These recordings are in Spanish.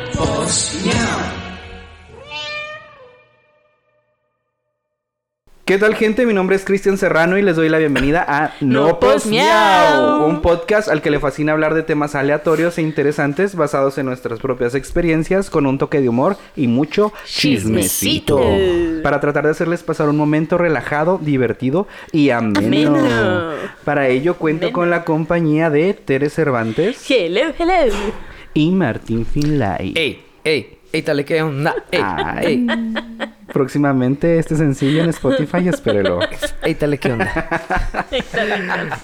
No os miau. ¿Qué tal gente? Mi nombre es Cristian Serrano y les doy la bienvenida a No, No Post Post Miau. Miau, un podcast al que le fascina hablar de temas aleatorios e interesantes basados en nuestras propias experiencias con un toque de humor y mucho chismecito. Chismecito. Para tratar de hacerles pasar un momento relajado, divertido y ameno. Ameno. Para ello cuento Ameno. con la compañía de Tere Cervantes Hello, hello. y Martín Finlay. Eh. Ey, ey, ey, dale que onda. Ey, Ay. ey, Próximamente este sencillo en Spotify, espérelo. ey, dale que onda.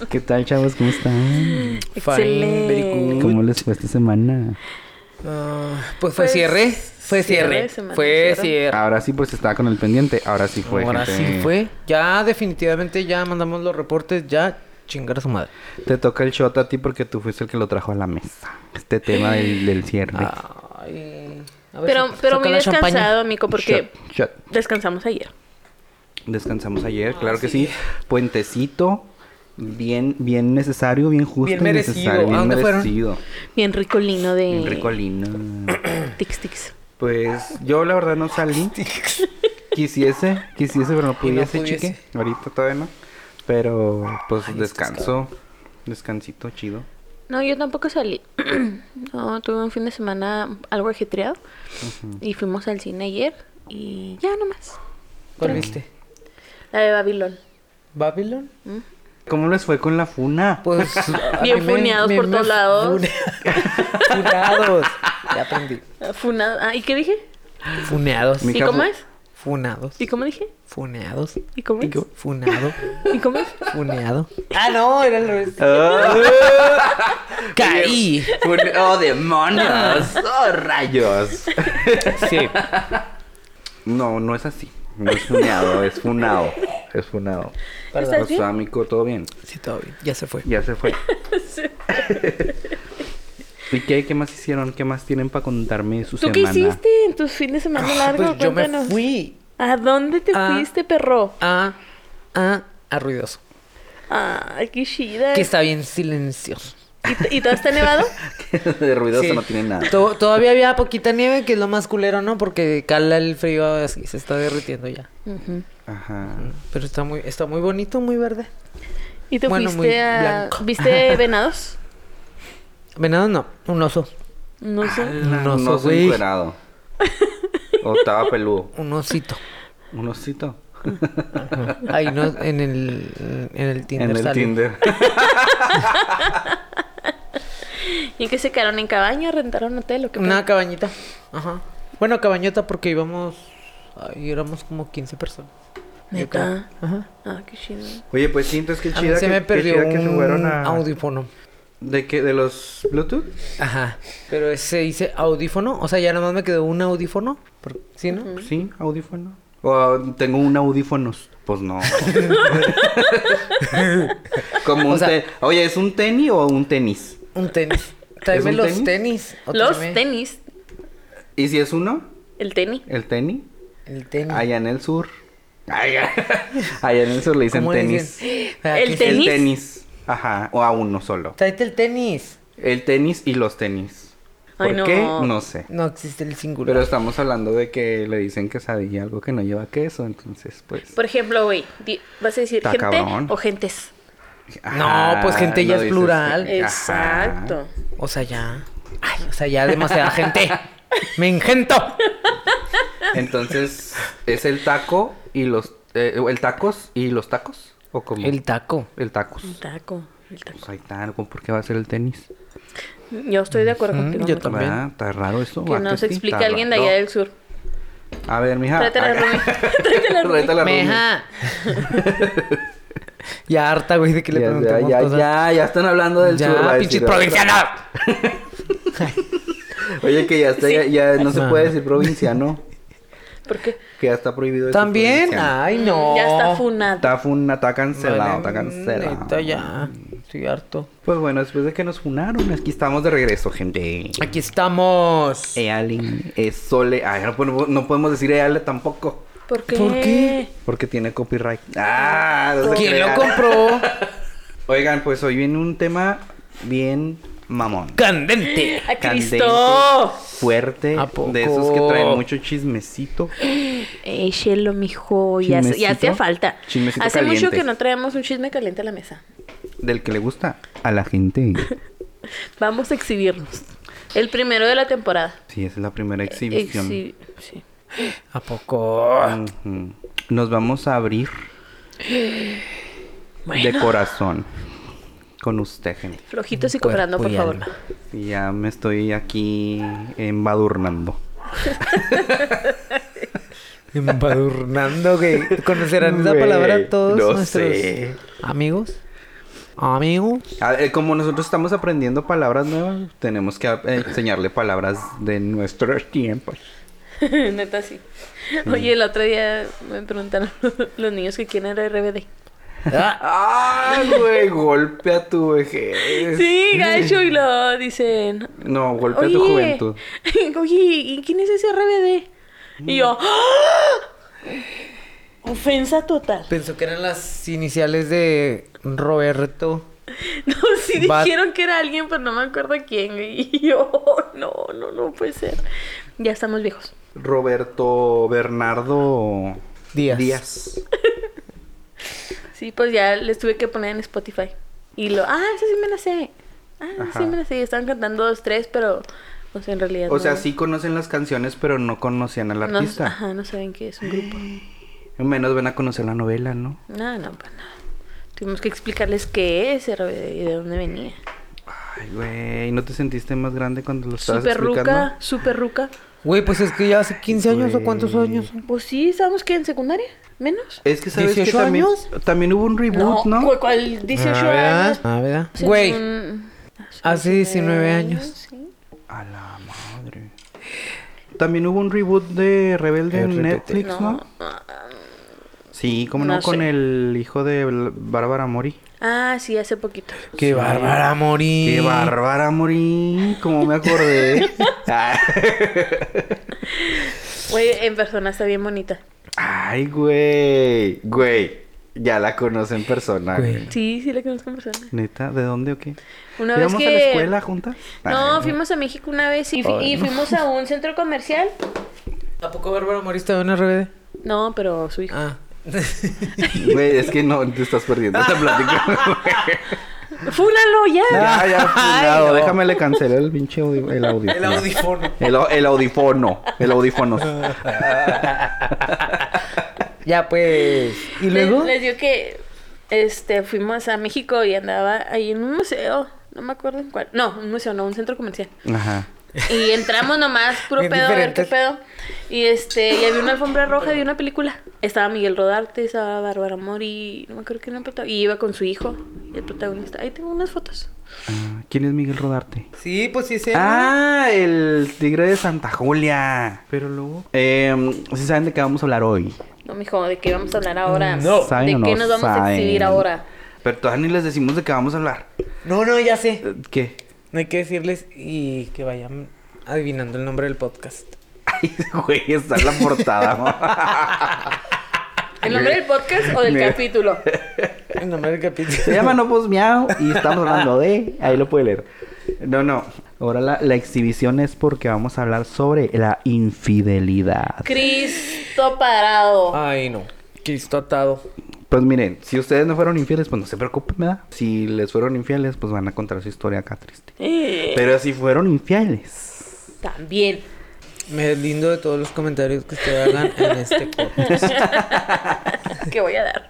¿Qué tal, chavos? ¿Cómo están? Fine, very good. ¿Cómo les fue esta semana? Ah, pues fue Pues, cierre, fue cierre, cierre, semana fue de cierre. cierre. Ahora sí, pues estaba con el pendiente. Ahora sí fue. Ahora gente. Ah, pues, sí fue. Ya definitivamente ya mandamos los reportes, ya chingar a su madre. Te toca el shot a ti porque tú fuiste el que lo trajo a la mesa. Este tema del, del cierre. Ah, Ay. A ver, Pero, saca- pero saca muy la champaña. descansado, amigo, porque Shot, shot. descansamos ayer. Descansamos Ah, ayer, claro que sí. Puentecito. Bien, bien necesario, bien justo. Bien y merecido. necesario, ¿A Bien dónde fueron? merecido. Bien ricolino de... Bien ricolino. Tix, tix. Pues yo la verdad no salí. Quisiese, quisiese, pero no pudiese, pudiese. chique. Ahorita todavía no. Pero pues descanso. Descansito chido. No, yo tampoco salí. no, tuve un fin de semana algo ajetreado. Y fuimos al cine ayer. Y ya nomás. ¿Cuál viste? La de Babilón. ¿Babylon? ¿Cómo les fue con la funa? Pues. a Bien mí me- funeados me- por me todos lados. fune- Funados. Ya aprendí. Funado. Ah, ¿y qué dije? Funeados. Mi- ¿Y Mija, cómo fu- es? Funados. ¿Y cómo dije? Funeados. ¿Y cómo es? Digo, Funado. ¿Y cómo es? Funeado. Ah, no, era el revés. Ah. Caí. Fun- ¡Oh, demonios! ¡Oh, rayos! Sí. No, no es así. No es funado, es funado. Es funado. ¿Estás O sea, bien? amigo, todo bien. Sí, todo bien. Ya se fue. Ya se fue. ¿Y qué, qué más hicieron? ¿Qué más tienen para contarme de su ¿Tú semana? qué hiciste en tus fines de semana largo? Pues yo me Cuéntanos. fui ¿A dónde te Ah. fuiste, perro? a. a. a Ruidoso. Ay, qué chida. Que está bien silencioso. ¿Y, y todo está nevado? de ruidoso Sí. no tiene nada. To- todavía había poquita nieve, que es lo más culero, ¿no? Porque cala el frío así, se está derritiendo ya. Ajá. Pero está muy, está muy bonito, muy verde. ¿Y te Bueno, muy fuiste a... blanco. ¿Viste venados? Venado no, un oso. No sé. Un Ah, No, oso, no soy güey. encuerado. O estaba peludo. Un osito. Un osito. Ahí no, en el, en el Tinder. en el sale. Tinder. ¿Y qué se quedaron en cabaña? ¿Rentaron hotel o qué? Una cabañita. Ajá. Bueno, cabañota porque íbamos. Ahí éramos como 15 personas. pedo? yo Neta. Ajá. Ah, qué chido. Oye, pues sí, entonces qué A mí chida se que, me qué perdió chida que se fueron un a... audífono. ¿De qué? ¿De los Bluetooth? Ajá. Pero se dice audífono. O sea, ya nomás me quedó un audífono. por- ¿Sí, no? Sí, audífono. O ah, tengo un audífonos. Pues no. Como un O sea- te- Oye, ¿es un tenis o un tenis? Un tenis. Tráeme un los tenis? tenis. o Los tráeme tenis. ¿Y si es uno? El tenis. ¿El tenis? El tenis. Allá en el sur. Allá, allá en el sur le dicen ¿Cómo le tenis. dicen? Ah, El que- tenis. El tenis. Ajá, o a uno solo. Tráete el tenis. El tenis y los tenis. ¿Por Ay, no. qué? No sé. No existe el singular. Pero estamos hablando de que le dicen quesadilla algo que no lleva queso, entonces pues... Por ejemplo, güey, di- vas a decir Está gente cabrón. o gentes. ajá, No, pues, gente ya ah, lo es dices, plural. sí. Ajá. Exacto. O sea, ya. Ay, o sea, ya demasiada gente. Me ingento. Entonces, ¿es el taco y los... eh, el tacos y los tacos? ¿O cómo? El taco. El tacos. El taco. El taco. Pues ahí está, ¿cómo- ¿por qué va a ser el tenis? Yo estoy de acuerdo Mm, contigo. yo amigo. También. ¿Verdad? Está raro eso. Que ¿va nos sí? explique Está alguien de allá raro. del sur. A ver, mija. Tráete la haga- Rumi. Tráete la Rumi. Tráete la Rumi. Meja. ya harta, güey, de que le Ya, ya, preguntemos ya, cosas. ya, ya están hablando del sur. va Ya, a pinches decir, provincianos. Oye, que ya está, ya, ya no se puede decir provinciano. ¿Por qué? Que ya está prohibido decir También. provinciano. Ay, no. Ya está funado. Está fun, está Vale, cancelado, está cancelado. neta, ya. Estoy harto. Pues bueno, después de que nos funaron, aquí estamos de regreso, gente. Eh, Aquí estamos. Eh, Ealin, es Sole. Ay, no, podemos- no podemos decir Eale eh, tampoco. ¿Por qué? ¿Por qué? Porque tiene copyright. ¡Ah! no se ¿Quién lo crean. compró? Oigan, pues hoy viene un tema bien mamón. Candente. ¡A Candente. Cristo! Fuerte. ¿A poco? De esos que traen mucho chismecito. Ey, Shelo, mijo, ya, hace- ya Chismecito. hacía falta. Chismecito Hace mucho caliente. que no traemos un chisme caliente a la mesa. Del que le gusta a la gente. Vamos a exhibirnos. El primero de la temporada. Sí, esa es la primera exhibición. Exhi- sí. ¿A poco? Ujú. Nos vamos a abrir de corazón con usted, gente. Flojitos y Cuerpo cobrando, por y favor. alma. Y ya me estoy aquí embadurnando. Embadurnando, güey. ¿Conocerán esa Güey, palabra todos no nuestros sé. amigos? ¿Amigos? A ver, como nosotros estamos aprendiendo palabras nuevas, tenemos que eh, enseñarle palabras de nuestros tiempos. Neta, sí. Oye, el otro día me preguntaron los niños que quién era RBD. ¡Ah, güey! Golpe a tu vejez. Sí, gacho, y lo dicen. No, golpe Oye, a tu juventud. Oye, ¿y quién es ese RBD? Y yo. ¡ah! Ofensa total. Pensó que eran las iniciales de Roberto. No, sí Bat- dijeron que era alguien, pero no me acuerdo quién. güey. Y yo, no, no, no puede ser. Ya estamos viejos. Roberto Bernardo Díaz. Díaz. Sí, pues ya les tuve que poner en Spotify. Y lo, ah, esa sí me la sé. Ah, Ajá. sí me la sé. Estaban cantando dos, tres, pero, o sea, en realidad. O sea, no- sí conocen las canciones, pero no conocían al no- artista. ajá, no saben que es un grupo. Menos van a conocer la novela, ¿no? No, no, pues nada. Tuvimos que explicarles qué es RBD y de dónde venía. Ay, güey, ¿no te sentiste más grande cuando lo estabas Super explicando? ruca, super ruca. Güey, pues es que ya hace 15 años o cuántos Güey. años. Pues sí, ¿sabemos que en secundaria? ¿Menos? Es que sabes que 18 también, años. también hubo un reboot, ¿no? güey, ¿Cuál 18 Ah, años? Ah, ¿verdad? Sí, Güey, un- hace 19 años. sí. A la madre. También hubo un reboot de Rebelde en RBD. Netflix, No. ¿no? Sí, como no, No con sé. el hijo de Bl- Bárbara Mori. Ah, sí, hace poquito. qué bárbara morir. ¡Qué Bárbara Mori! Como me acordé. Güey, en persona está bien bonita. Ay, güey. Güey. Ya la conoce en persona, Güey. güey. Sí, sí la conozco en persona. Neta, ¿de dónde o qué? Una vez ¿Íbamos que... a la escuela juntas? Ah, No, Ay, fuimos a México una vez y, fu- Ay, y no. fuimos a un centro comercial. ¿A poco Bárbara Moris estaba en RBD? No, pero su hijo. Ah. Güey, es que no, te estás perdiendo esta plática. Ah. ¡Fúlalo ya! ya, ya, pues, Ay, fulgado, no. Déjame le cancelar el pinche audio, el audio. El audífono. El, au- el audifono. El audifono. Ya, pues. ¿Y Le- luego? Les, digo que este, fuimos a México y andaba ahí en un museo. No me acuerdo en cuál. No, un museo, no, un centro comercial. Ajá. Y entramos nomás, puro Bien pedo, a ver qué diferentes. pedo. Y este, y había una alfombra roja de una película. Estaba Miguel Rodarte, estaba Bárbara Mori, no me acuerdo quién era el protagonista. Y iba con su hijo, el protagonista. Ahí tengo unas fotos. Ah, ¿Quién es Miguel Rodarte? Sí, pues sí, se Ah, el tigre de Santa Julia. Pero luego. Eh, ¿sí saben de qué vamos a hablar hoy? No, mijo, ¿de qué vamos a hablar ahora? No. ¿Saben Oh, ¿De o qué no nos vamos a saben? exhibir ahora? Pero todavía ni les decimos de qué vamos a hablar. No, no, ya sé. Eh, ¿Qué? No hay que decirles y que vayan adivinando el nombre del podcast. Ay, güey, está en la portada. ¿no? ¿El nombre del podcast o del Mira. capítulo? El nombre del Se capítulo. llama No Pos Miau y estamos hablando de. Ahí lo puede leer. No, no. Ahora la, la exhibición es porque vamos a hablar sobre la infidelidad. Cristo Parado. Ay, no. Cristo atado. Pues miren, si ustedes no fueron infieles, pues no se preocupen, ¿verdad? Si les fueron infieles, pues van a contar su historia acá triste. Eh, Pero si fueron infieles. También. Me deslindo de todos los comentarios que ustedes hagan en este podcast. ¿Qué voy a dar?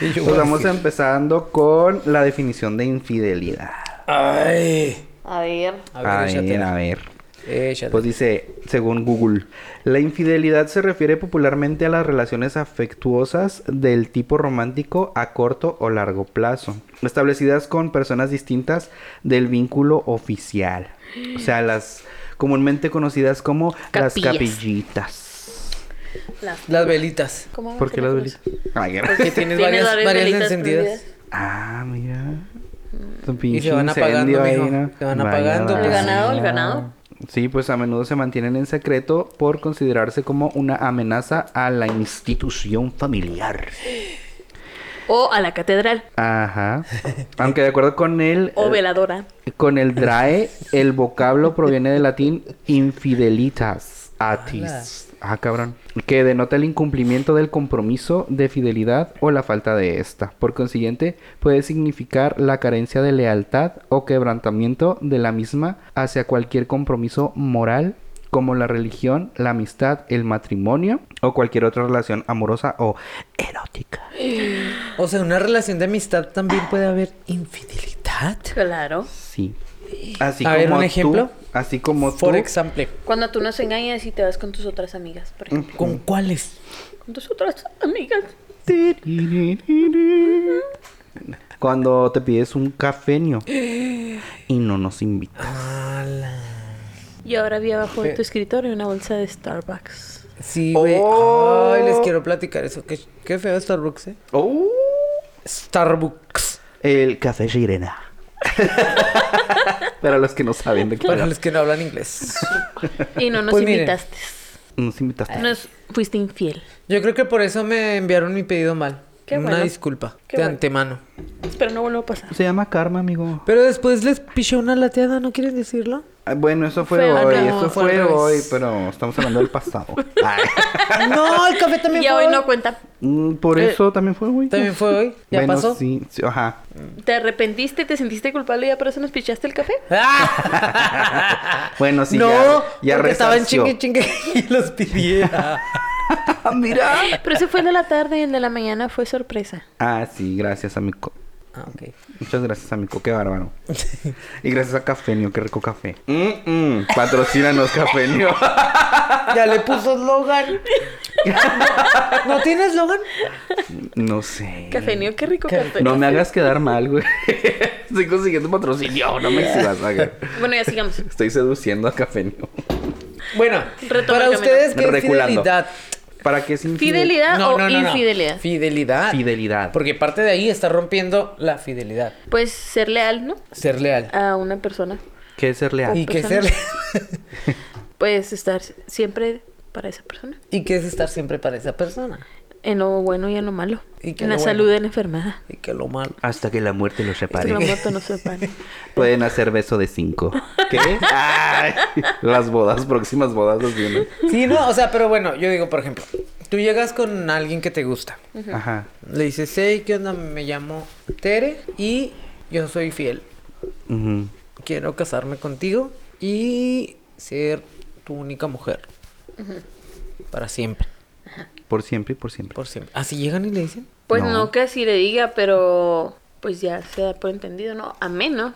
Y yo voy Pues a vamos decir, empezando con la definición de infidelidad. Ay. A ver. A ver, échatela. a ver. Échatela. Pues dice, según Google, la infidelidad se refiere popularmente a las relaciones afectuosas del tipo romántico a corto o largo plazo, establecidas con personas distintas del vínculo oficial. O sea, las comúnmente conocidas como las Capillas. capillitas. La- Las velitas. ¿Cómo ¿Por qué las velitas? velitas? Ay, qué- Que tienes Tiene varias, varias varias velitas encendidas. prendidas. Ah, mira. Es un Y pinche se van incendio apagando, ahí, mijo. ¿no? Se van Vaya, apagando, pues. vaya. El ganado, el ganado. Sí, pues a menudo se mantienen en secreto por considerarse como una amenaza a la institución familiar. O a la catedral. Ajá. Aunque de acuerdo con eh, el O veladora. con el DRAE, el vocablo proviene del latín infidelitas atis. Ah, cabrón. Que denota el incumplimiento del compromiso de fidelidad o la falta de esta. Por consiguiente, puede significar la carencia de lealtad o quebrantamiento de la misma hacia cualquier compromiso moral como la religión, la amistad, el matrimonio o cualquier otra relación amorosa o erótica. O sea, una relación de amistad también puede haber infidelidad. Claro. Sí. Así A como ver, un tú- ejemplo. así como tú. Por ejemplo, Cuando tú nos engañas y te vas con tus otras amigas, por ejemplo. ¿con cuáles? Con tus otras amigas. Cuando te pides un cafeño y no nos invitas. Y ahora vi abajo de tu escritorio una bolsa de Starbucks. Sí, güey. Oh. Ay, les quiero platicar eso. Qué, qué feo Starbucks, ¿eh? Starbucks. El café sirena. Para los que no saben de qué Para habla- los que no hablan inglés. Y no nos Pues miren. invitaste. nos invitaste. Nos fuiste infiel. Yo creo que por eso me enviaron mi pedido mal. Qué Una bueno. disculpa. Qué de bueno. antemano. Espero no vuelva a pasar. Se llama karma, amigo. Pero después les piché una lateada, ¿no quieren decirlo? Ah, Bueno, eso fue Fue- hoy, ah, no, eso fue al fue revés. hoy, pero estamos hablando del pasado. Ay. no, el café también Ya fue hoy no cuenta. Mm, Por Eh, eso también fue hoy. También fue hoy. ¿Ya Bueno, pasó? Sí, sí, ajá. ¿Te arrepentiste? ¿Te sentiste culpable y ya por eso nos pichaste el café? ¡Ah! Bueno, sí, no, ya, ya porque estaban resarció. chingue chingue y los pidiera. Ah, mira. Pero ese fue el de la tarde y el de la mañana fue sorpresa. Ah, sí, gracias, amigo. Ah, ok. Muchas gracias, amigo. Qué bárbaro. Y gracias a Cafenio, qué rico café. Mm, mm, Patrocínanos, Cafenio. Ya le puso Logan. ¿No tienes Logan? No sé. Cafenio, qué rico Qué café. No me hagas quedar mal, güey. Estoy consiguiendo patrocinio. No me exhibas, haga. Bueno, ya sigamos. Estoy seduciendo a Cafenio. Bueno, Retoma para el camino. ustedes, ¿qué es Reculando. fidelidad? ¿Para qué es infidelidad? ¿Fidelidad o infidelidad? Fidelidad. Fidelidad. Porque parte de ahí está rompiendo la fidelidad. Pues ser leal, ¿no? Ser leal. A una persona. ¿Qué es ser leal? y que ser Ah, persona. Pues estar siempre para esa persona. y que es estar siempre para esa persona. En lo bueno y en lo malo. Y que en lo la bueno. salud y en la enfermedad. Y que lo malo. Hasta que la muerte los Que la muerte no separe. Pueden hacer beso de cinco. ¿Qué? Ay, las bodas, próximas bodas las vienen. Sí, no, o sea, pero bueno, yo digo, por ejemplo, tú llegas con alguien que te gusta. Ajá. Le dices, hey, ¿qué onda? Me llamo Tere y yo soy fiel. Ujú. Quiero casarme contigo y ser tu única mujer. Para siempre, Por siempre y por siempre. por siempre. Así llegan y le dicen. Pues No. no. que así le diga, pero pues ya se da por entendido, ¿no? A menos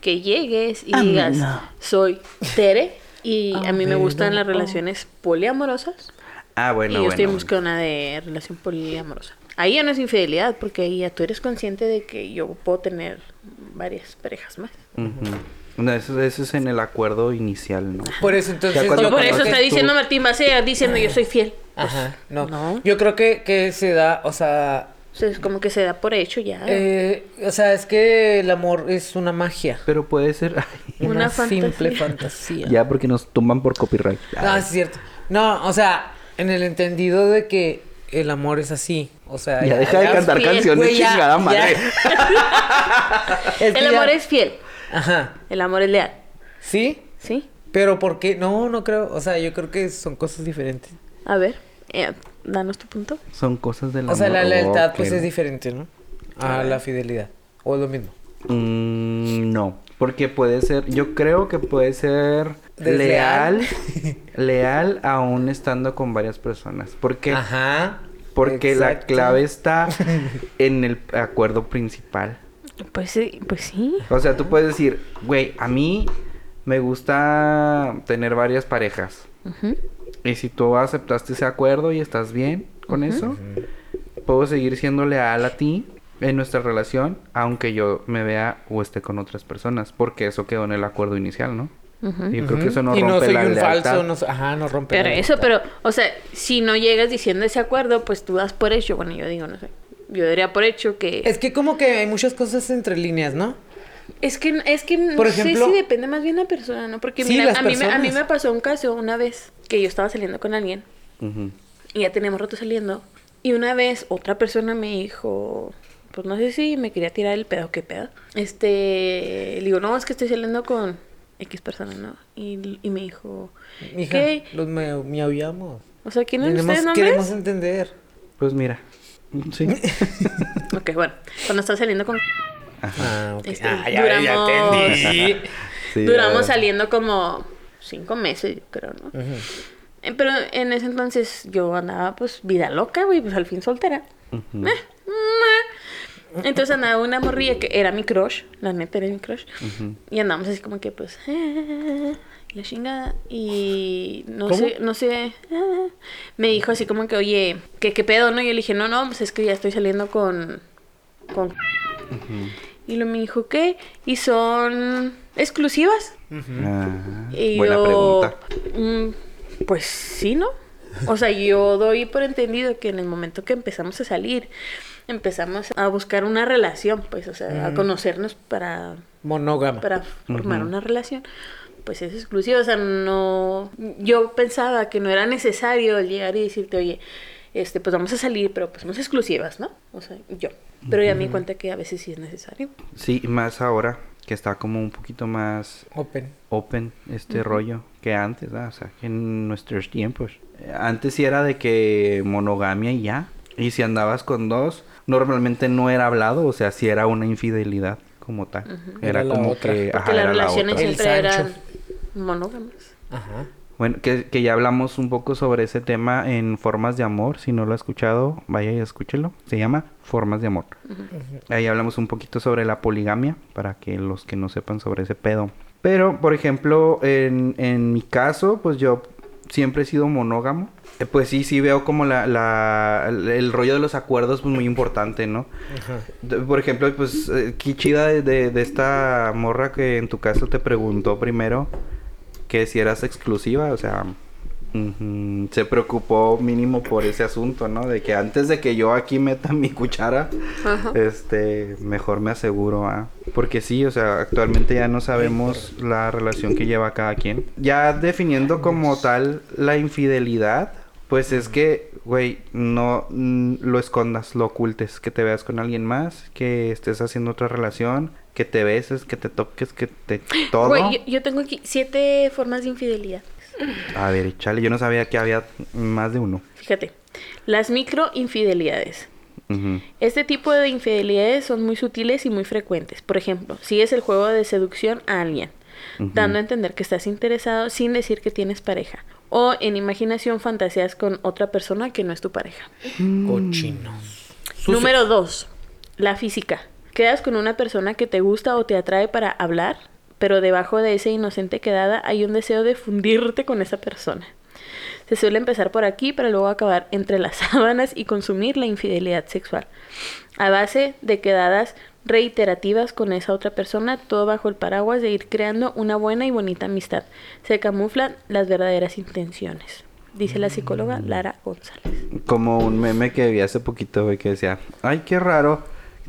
que llegues y digas, soy Tere y a mí me gustan las relaciones poliamorosas. Ah, bueno, y yo bueno. estoy en bueno. busca de una de relación poliamorosa. Ahí ya no es infidelidad, porque ahí ya tú eres consciente de que yo puedo tener varias parejas más. Pues Ujú. No, eso, eso es en el acuerdo inicial, ¿no? Por eso entonces... Ya cuando yo Pues por creo eso que está tú- diciendo Martín Macea, diciendo yo soy fiel. Ajá, no. no. Yo creo que, que se da, o sea... O sea, es como que se da por hecho ya. eh, o sea, es que el amor es una magia. Pero puede ser. ay, Una simple fantasía. fantasía. ya, porque nos tumban por copyright. Ah, Ay, es cierto. No, o sea, en el entendido de que el amor es así. O sea, ya deja de ya, cantar sí, canciones, güey, ya, chingada ya. madre. Es que el ya- amor es fiel, Ajá. el amor es leal, ¿Sí? ¿sí? Pero ¿por qué? No, no creo. O sea, yo creo que son cosas diferentes. A ver, eh, danos tu punto. Son cosas del O sea, la amor. lealtad, Ok. pues es diferente, ¿no? A la fidelidad. O es lo mismo. Mm, no, porque puede ser. Yo creo que puede ser. Desleal. Leal. Leal aún estando con varias personas. Porque Ajá. Porque la Exacto. clave está en el acuerdo principal. Pues sí, pues sí. O sea, tú puedes decir, güey, a mí me gusta tener varias parejas. Ujú. Y si tú aceptaste ese acuerdo y estás bien con eso, puedo seguir siendo leal a ti en nuestra relación, aunque yo me vea o esté con otras personas. Porque eso quedó en el acuerdo inicial, ¿no? Y Yo creo que eso no y rompe no soy la un lealtad. falso. No, so- ajá, no rompe Pero la eso, lealtad. pero, o sea, si no llegas diciendo ese acuerdo, pues tú das por hecho. Bueno, yo digo, no sé. Yo daría por hecho que. Es que como que hay muchas cosas entre líneas, ¿no? Es que, es que no Por sé ejemplo- si depende más bien la persona, ¿no? Porque Sí, mira, las a mí, me, a mí personas. me pasó un caso una vez que yo estaba saliendo con alguien Ujú. y ya teníamos rato saliendo. Y una vez otra persona me dijo, pues no sé si me quería tirar el pedo, qué pedo. Este, le digo, no, es que estoy saliendo con X persona, ¿no? Y, y me dijo, Mija, ¿qué? los me, miaullamos. O sea, ¿quiénes Tenemos- ustedes Queremos nombres? entender. Pues mira. Sí. Ok, bueno, cuando estaba saliendo con... Ah, ok. Este, Ah, ya, ya duramos- entendí. Sí, duramos a ver. saliendo como cinco meses, yo creo, ¿no? Ujú. Eh, Pero en ese entonces yo andaba, pues, vida loca, güey, pues al fin soltera. Ujú. Entonces andaba una morrilla que era mi crush, la neta era mi crush. Ujú. Y andamos así como que, pues, la chingada. Y no ¿Cómo? sé, no sé. ah. me dijo así como que, oye, ¿qué, qué pedo, no? Y yo le dije, no, no, pues es que ya estoy saliendo con. con. Y luego me dijo, ¿qué? Y son exclusivas. Ah, Y buena yo, pregunta. mm, pues sí, ¿no? O sea, yo doy por entendido que en el momento que empezamos a salir, empezamos a buscar una relación, pues, o sea, a conocernos para, Monógama. para formar Mm. Ujú. una relación. Pues es exclusivo, o sea, no... Yo pensaba que no era necesario llegar y decirte, oye, este, pues vamos a salir, pero pues somos exclusivas, ¿no? O sea, yo. Pero ya me di cuenta que a veces sí es necesario. Sí, y más ahora que está como un poquito más Open. open este rollo que antes, ¿verdad? o sea, que en nuestros tiempos. Eh, Antes sí era de que monogamia y ya. Y si andabas con dos, normalmente no era hablado, o sea, sí era una infidelidad como tal. Era, Era la como otra. que... Porque ajá, las era la relaciones otra. El siempre eran Sancho. monógamas. Ajá. Bueno, que, que ya hablamos un poco sobre ese tema en Formas de Amor. Si no lo ha escuchado, vaya y escúchelo. Se llama Formas de Amor. Ahí hablamos un poquito sobre la poligamia, para que los que no sepan sobre ese pedo. Pero, por ejemplo, en, en mi caso, pues yo siempre he sido monógamo. Eh, Pues sí, sí veo como la, la- el, el rollo de los acuerdos pues muy importante, ¿no? Ajá. De- Por ejemplo, pues, eh, qué chida de, de- de esta morra que en tu caso te preguntó primero que si eras exclusiva, o sea, ujú, se preocupó mínimo por ese asunto, ¿no? De que antes de que yo aquí meta mi cuchara, este, mejor me aseguro, ¿ah? Porque sí, o sea, actualmente ya no sabemos la relación que lleva cada quien. Ya definiendo como tal la infidelidad, pues es que, güey, no mm, lo escondas, lo ocultes, que te veas con alguien más, que estés haciendo otra relación, que te beses, que te toques, que te todo. Güey, yo, yo tengo aquí siete formas de infidelidad. A ver, chale, yo no sabía que había más de uno. Fíjate, las microinfidelidades. Ujú. Este tipo de infidelidades son muy sutiles y muy frecuentes. Por ejemplo, sigues el juego de seducción a alguien, Ujú. dando a entender que estás interesado sin decir que tienes pareja. O en imaginación fantaseas con otra persona que no es tu pareja. Cochinos. Número dos, la física. Quedas con una persona que te gusta o te atrae para hablar, pero debajo de esa inocente quedada hay un deseo de fundirte con esa persona. Se suele empezar por aquí para luego acabar entre las sábanas y consumir la infidelidad sexual. A base de quedadas reiterativas con esa otra persona, todo bajo el paraguas de ir creando una buena y bonita amistad. Se camuflan las verdaderas intenciones, dice la psicóloga Lara González. Como un meme que vi hace poquito, güey, que decía, ay, qué raro,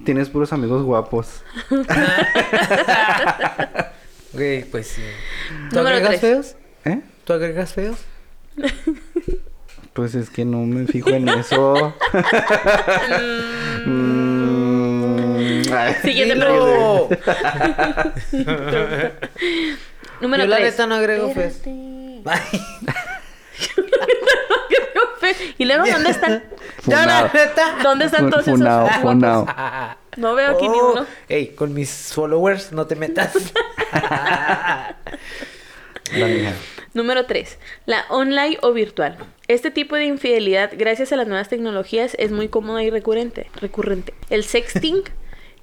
tienes puros amigos guapos. Güey, pues sí. ¿Tú Número agregas tres. feos? ¿Eh? ¿Tú agregas feos? Pues es que no me fijo en eso. Mm. Ay, Siguiente no pregunta. sé. Número Yo la tres. neta no agrego feos. y luego, ¿dónde están? Ya la Funado. neta. ¿Dónde están todos esos Funao, guapos? funao. No veo aquí Oh, ninguno. Ey, con mis followers no te metas. La mía. Número 3. La online o virtual. Este tipo de infidelidad, gracias a las nuevas tecnologías, es muy cómoda y recurrente. recurrente. El sexting,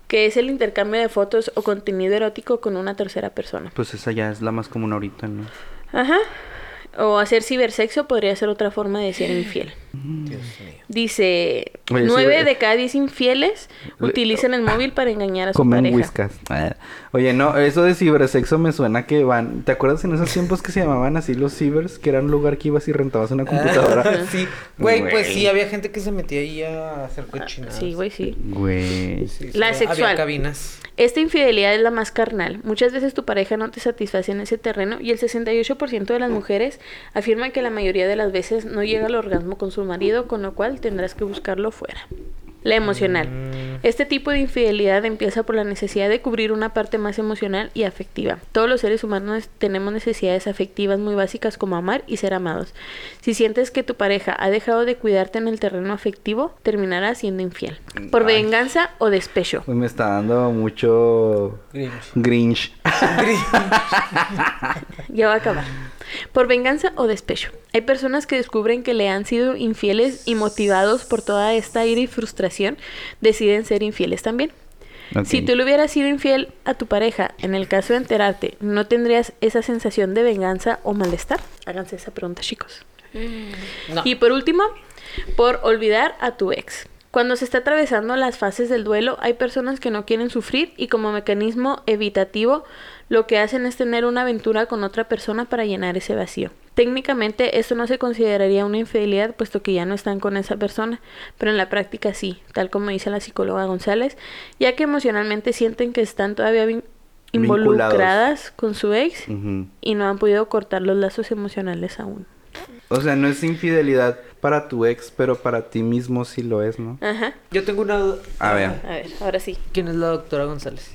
que es el intercambio de fotos o contenido erótico con una tercera persona. Pues esa ya es la más común ahorita, ¿no? Ajá. O hacer cibersexo podría ser otra forma de ser infiel. Dios mío. Dice, Oye, sí, Nueve güey. de cada diez infieles Le- utilizan el móvil para engañar a su Comen pareja. whiskas. Ah. Oye, no, eso de cibersexo me suena que van. ¿Te acuerdas en esos tiempos que se llamaban así los cibers? Que era un lugar que ibas y rentabas una computadora. sí. Güey, pues Güey. sí, había gente que se metía ahí a hacer Ah, cochinadas. Sí, güey, sí. Güey. Sí, sí, La había sexual. cabinas. Esta infidelidad es la más carnal. Muchas veces tu pareja no te satisface en ese terreno y el 68% de las mujeres afirman que la mayoría de las veces no llega al orgasmo con su marido, con lo cual tendrás que buscarlo fuera. La emocional. Este tipo de infidelidad empieza por la necesidad de cubrir una parte más emocional y afectiva. Todos los seres humanos tenemos necesidades afectivas muy básicas como amar y ser amados. Si sientes que tu pareja ha dejado de cuidarte en el terreno afectivo, terminarás siendo infiel. Por Ay. venganza o despecho. Pues me está dando mucho. Grinch. Grinch. Ya va a acabar. Por venganza o despecho. Hay personas que descubren que le han sido infieles y motivados por toda esta ira y frustración, deciden ser infieles también. Ok. Si tú le hubieras sido infiel a tu pareja, en el caso de enterarte, ¿no tendrías esa sensación de venganza o malestar? Háganse esa pregunta, chicos. No. Y por último, por olvidar a tu ex. Cuando se está atravesando las fases del duelo, hay personas que no quieren sufrir y como mecanismo evitativo, lo que hacen es tener una aventura con otra persona para llenar ese vacío. Técnicamente esto no se consideraría una infidelidad puesto que ya no están con esa persona, pero en la práctica sí, tal como dice la psicóloga González, ya que emocionalmente sienten que están todavía vin- Vinculados. Mm. involucradas con su ex Ujú. y no han podido cortar los lazos emocionales aún. O sea, no es infidelidad para tu ex, pero para ti mismo sí lo es, ¿no? Ajá. Yo tengo una duda. A ver. A ver, ahora sí. ¿Quién es la doctora González?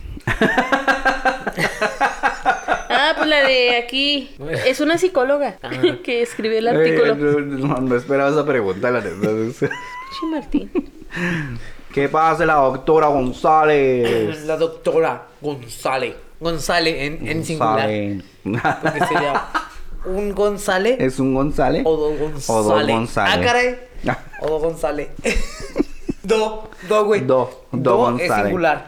Ah, pues la de aquí. Es una psicóloga que escribió el Ah. Eh, artículo. no, no, no esperaba esa pregunta, la neta. Chi Martín. ¿Qué pasa, la doctora González? La doctora González. González en, en singular. González. Porque sería un González ¿Es un González? o dos González. González. Ah, caray. Ah. O dos González. do, do, güey. Do, do es González. singular.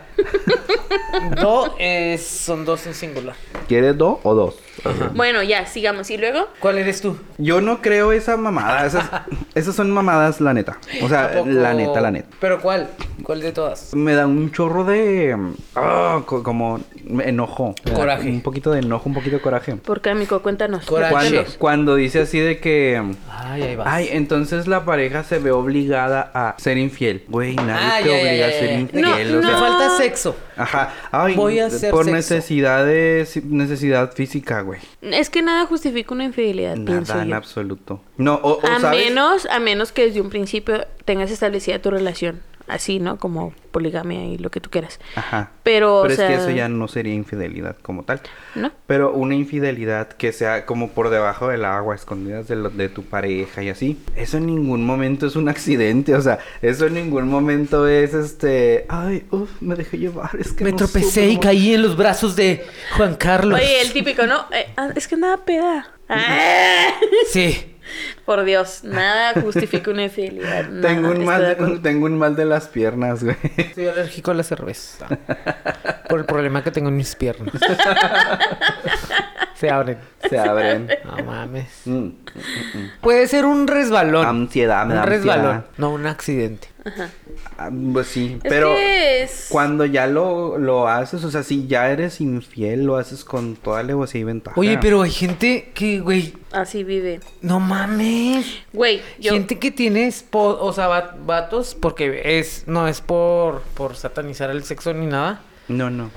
do es, son dos en singular. ¿Quieres dos o dos? Ah. Bueno, ya, sigamos. Y luego, ¿Cuál eres tú? Yo no creo esa mamada. Esas, esas son mamadas, la neta. O sea, Tampoco- la neta, la neta. ¿Pero cuál? ¿Cuál de todas? Me da un chorro de. ah, co- como. me Enojo. Me da Coraje. Un poquito de enojo, un poquito de coraje. por qué, amigo? cuéntanos. Coraje. Cuando, Sí. cuando dice así de que. Ay, ahí vas. Ay, entonces la pareja se ve obligada a ser infiel. Güey, nadie Ay, te ay, obliga ay, a ser ay. infiel. No, o sea, Me falta sexo. Ajá. Ay, Voy a hacer por sexo. necesidades, necesidad física, güey. Es que nada justifica una infidelidad, pienso Nada yo. en absoluto. No, o, o a sabes. menos, a menos que desde un principio tengas establecida tu relación. Así, ¿no? Como poligamia y lo que tú quieras. Ajá. Pero, o Pero es que sea, eso ya no sería infidelidad como tal. ¿No? Pero una infidelidad que sea como por debajo del agua, escondidas de, lo- de tu pareja y así. Eso en ningún momento es un accidente. O sea, eso en ningún momento es este. Ay, uff, me dejé llevar. Es que Me no tropecé supe y cómo- caí en los brazos de Juan Carlos. Oye, el típico, ¿no? Eh, ah, es que nada peda. Ah. Sí. Por Dios, nada justifica una infidelidad. nada, Tengo un, estoy mal de de, acuerdo. tengo un mal de las piernas, güey. Soy alérgico a la cerveza. Por el problema que tengo en mis piernas. Se abren. Se abren. No mames. Mm. Puede ser un resbalón. Ansiedad, me da un resbalón. ansiedad. No, un accidente. Ah, Pues sí, Es pero que es- cuando ya lo, lo haces, o sea, si ya eres infiel, lo haces con toda alevosía y ventaja. Oye, pero hay gente que, güey, Así vive. no mames. Güey, yo. Gente que tiene, espo- o sea, va- vatos, porque es, no es por, por satanizar el sexo ni nada, No, no.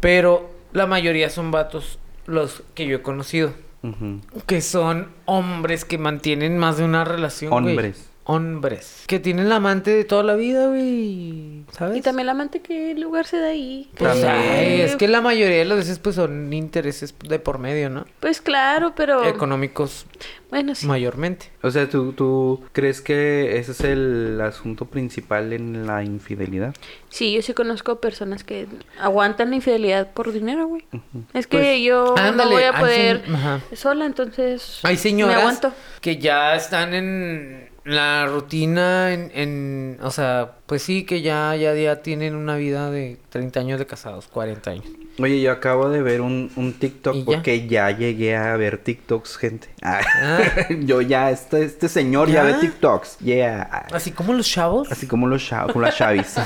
pero la mayoría son vatos los que yo he conocido. Ujú. Que son hombres que mantienen más de una relación. güey. Hombres. Hombres. Que tienen la amante de toda la vida, güey. ¿Sabes? Y también la amante que el lugar se da ahí. Pues, También. ay, es que la mayoría de las veces pues son intereses de por medio, ¿no? Pues claro, pero. Económicos Bueno, sí. mayormente. O sea, ¿tú, ¿tú crees que ese es el asunto principal en la infidelidad? Sí, yo sí conozco personas que aguantan la infidelidad por dinero, güey. Es que Pues, yo ándale, no voy a al poder fin- ajá. sola, entonces. Hay Me señoras aguanto. que ya están en la rutina en, en- o sea, pues sí que ya, ya, ya tienen una vida de 30 años de casados, 40 años. Oye, yo acabo de ver un, un TikTok ¿Y ya? porque ya? llegué a ver TikToks, gente. Ah, Ah. yo ya, este, este señor ya, ¿Ya? ve TikToks. Yeah. Ah, Así como los chavos. Así como los chavos, como las chavis.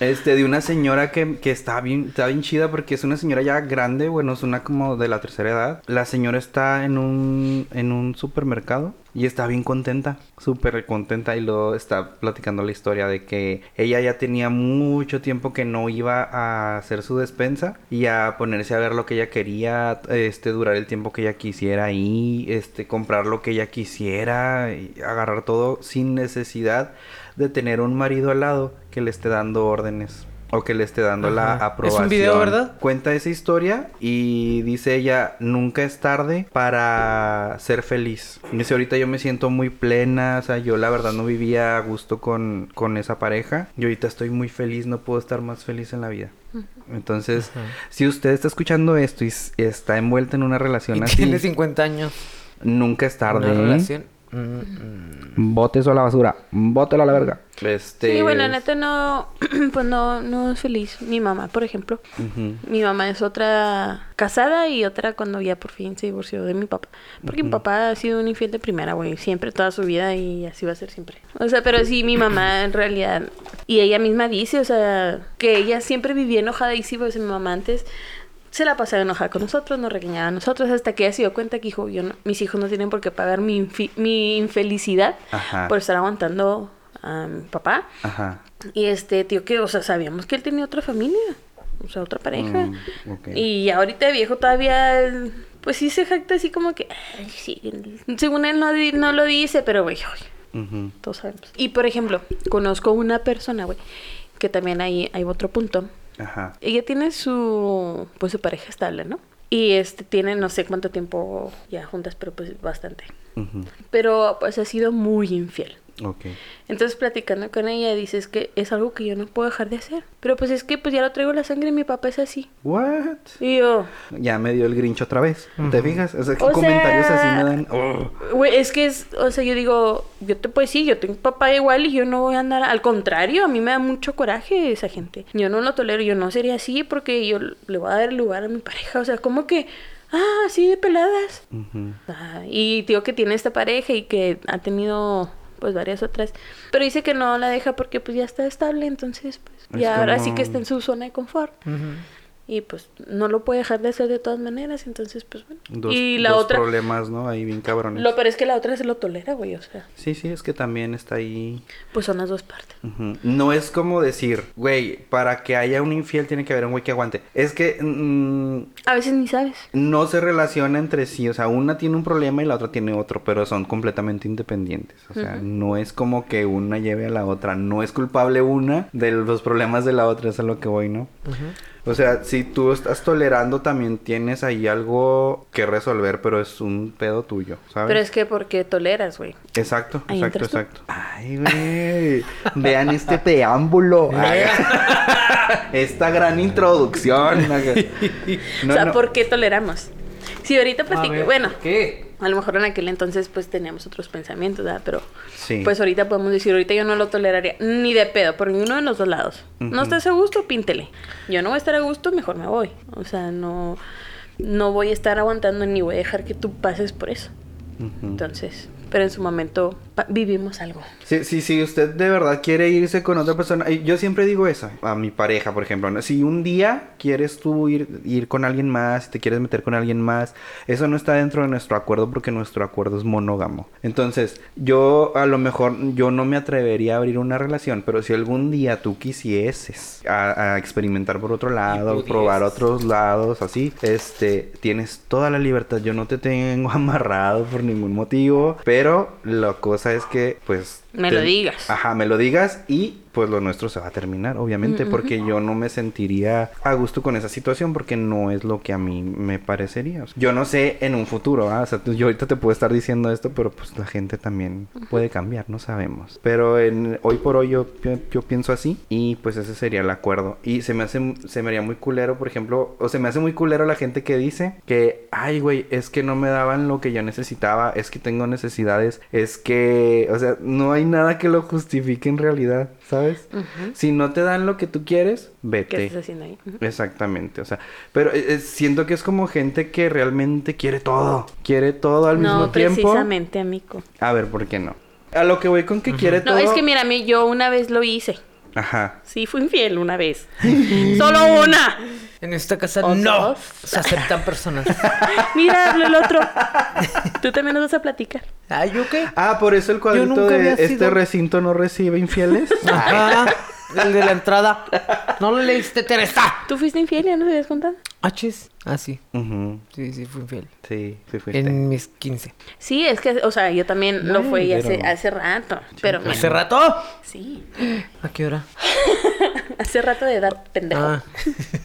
Este, de una señora que, que está bien, está bien chida porque es una señora ya grande, bueno, es una como de la tercera edad. La señora está en un, en un supermercado y está bien contenta, súper contenta y luego está platicando la historia de que ella ya tenía mucho tiempo que no iba a hacer su despensa y a ponerse a ver lo que ella quería, este, durar el tiempo que ella quisiera ahí, este, comprar lo que ella quisiera, y agarrar todo sin necesidad de tener un marido al lado que le esté dando órdenes o que le esté dando la Ajá. aprobación. Es un video, ¿verdad? Cuenta esa historia y dice ella, nunca es tarde para ser feliz. Dice, ahorita yo me siento muy plena, o sea, yo la verdad no vivía a gusto con, con esa pareja y ahorita estoy muy feliz, no puedo estar más feliz en la vida. Entonces, Ajá. si usted está escuchando esto y s- está envuelta en una Y relación tiene así, 50 años. nunca es tarde. Una ¿eh? relación. Mm, mm. Bote eso a la basura. Bótelo a la verga. Este. Sí, bueno, neta no, pues no, no es feliz. Mi mamá, por ejemplo. Ujú. Mi mamá es otra casada y otra cuando ya por fin se divorció de mi papá. Porque mi papá ha sido un infiel de primera, güey, siempre, toda su vida y así va a ser siempre. O sea, pero sí, mi mamá en realidad, y ella misma dice, o sea, que ella siempre vivía enojada y sí, pues mi mamá antes se la pasaba enojada con nosotros, nos regañaba a nosotros, hasta que ella se dio cuenta que dijo, yo no- mis hijos no tienen por qué pagar mi, infi- mi infelicidad Ajá. por estar aguantando a mi papá. Ajá. Y este tío que, o sea, sabíamos que él tenía otra familia, o sea, otra pareja. Mm, ok. Y ahorita de viejo todavía, él, pues sí se jacta así como que, "Ay, sí, según él no, di- no lo dice, pero güey, ay, Ujú. todos sabemos. Y por ejemplo, conozco una persona, güey, que también hay, hay otro punto. Ajá. Ella tiene su, pues su pareja estable, ¿no? Y este tiene no sé cuánto tiempo ya juntas, pero pues bastante. Ujú. Pero pues ha sido muy infiel. Ok. Entonces platicando con ella dices que es algo que yo no puedo dejar de hacer. Pero pues es que pues ya lo traigo en la sangre y mi papá es así. What? Y yo, Ya me dio el grinch otra vez. ¿Te fijas? O sea, que O comentarios sea- así me dan. Oh. güey, es que es, o sea, yo digo, yo te pues sí, yo tengo un papá igual y yo no voy a andar, al contrario, a mí me da mucho coraje esa gente. Yo no lo tolero, yo no sería así porque yo le voy a dar lugar a mi pareja. O sea, como que, ah, así de peladas. Ujú. Ah, y digo que tiene esta pareja y que ha tenido pues varias otras, pero dice que no la deja porque pues ya está estable, entonces pues Es ya ahora como- sí que está en su zona de confort. Y pues no lo puede dejar de hacer de todas maneras, entonces pues bueno. Dos, y la dos otra, problemas, ¿no? Ahí bien cabrones. lo pero es que la otra se lo tolera, güey, o sea, Sí, sí, es que también está ahí. pues son las dos partes. Ujú. No es como decir, güey, para que haya un infiel tiene que haber un güey que aguante. Es que mm, A veces ni sabes. no se relaciona entre sí. O sea, una tiene un problema y la otra tiene otro, pero son completamente independientes. O sea, no es como que una lleve a la otra. No es culpable una de los problemas de la otra, es a lo que voy, ¿no? O sea, si tú estás tolerando, también tienes ahí algo que resolver, pero es un pedo tuyo, ¿sabes? Pero es que porque toleras, güey. Exacto, Ahí exacto, entras tú. exacto. Ay, güey. Vean este preámbulo. Ay, esta gran introducción. No, o sea, no. ¿por qué toleramos? Si ahorita platico, bueno, ¿Qué? a lo mejor en aquel entonces pues teníamos otros pensamientos, ¿verdad? Pero Sí. Pues ahorita podemos decir, ahorita yo no lo toleraría ni de pedo, por ninguno de los dos lados. Ujú. No estás a gusto, píntele. Yo no voy a estar a gusto, mejor me voy. O sea, no, no voy a estar aguantando ni voy a dejar que tú pases por eso. Ujú. Entonces, pero en su momento pa- vivimos algo. Sí, sí, sí, usted de verdad quiere irse con otra persona. eh, Yo siempre digo eso a mi pareja, por ejemplo. ¿no? Si un día quieres tú ir, ir con alguien más, si te quieres meter con alguien más, eso no está dentro de nuestro acuerdo porque nuestro acuerdo es monógamo. Entonces, yo a lo mejor yo no me atrevería a abrir una relación, pero si algún día tú quisieses a, a experimentar por otro lado, pudieses. probar otros lados, así, este, tienes toda la libertad. Yo no te tengo amarrado por ningún motivo, pero la cosa es que, pues, Me lo te- digas. Ajá, me lo digas y pues lo nuestro se va a terminar, obviamente, Mm, porque yo no me sentiría a gusto con esa situación porque no es lo que a mí me parecería. O sea, yo no sé en un futuro, ¿ah? o sea, tú- yo ahorita te puedo estar diciendo esto, pero pues la gente también puede cambiar, no sabemos. Pero en, hoy por hoy yo, yo, yo pienso así y pues ese sería el acuerdo. Y se me hace, se me haría muy culero, por ejemplo, o se me hace muy culero la gente que dice que, ay, güey, es que no me daban lo que yo necesitaba, es que tengo necesidades, es que, o sea, no hay nada que lo justifique en realidad, ¿sabes? Ujú. Si no te dan lo que tú quieres, ¿Qué vete. estás haciendo ahí? Ujú. Exactamente, o sea, pero eh, eh, siento que es como gente que realmente quiere todo, quiere todo al mismo No, tiempo. precisamente, amigo. A ver, ¿por qué no? A lo que voy con que quiere todo. No, es que mira, a mí yo una vez lo hice. Ajá. Sí, fui infiel una vez. ¡Solo una! En esta casa ¿O no dos? se aceptan personas. Mira, habló el otro. Tú también nos vas a platicar. Ay, ¿yo qué? Ah, por eso el cuadrito nunca de había este sido- recinto no recibe infieles. Ajá, el de la entrada. No lo leíste, Teresa. ¿Tú fuiste infiel? ¿Ya nos habías contado? H's. Ah, sí. Ujú, Sí, sí, fui infiel. Sí, sí fuiste. En mis 15. Sí, es que, o sea, yo también lo Bueno, fui hace, pero- Pues, hace rato. Pero mira, ¿Hace rato? sí. ¿A qué hora? Hace rato de edad pendejo. Ah.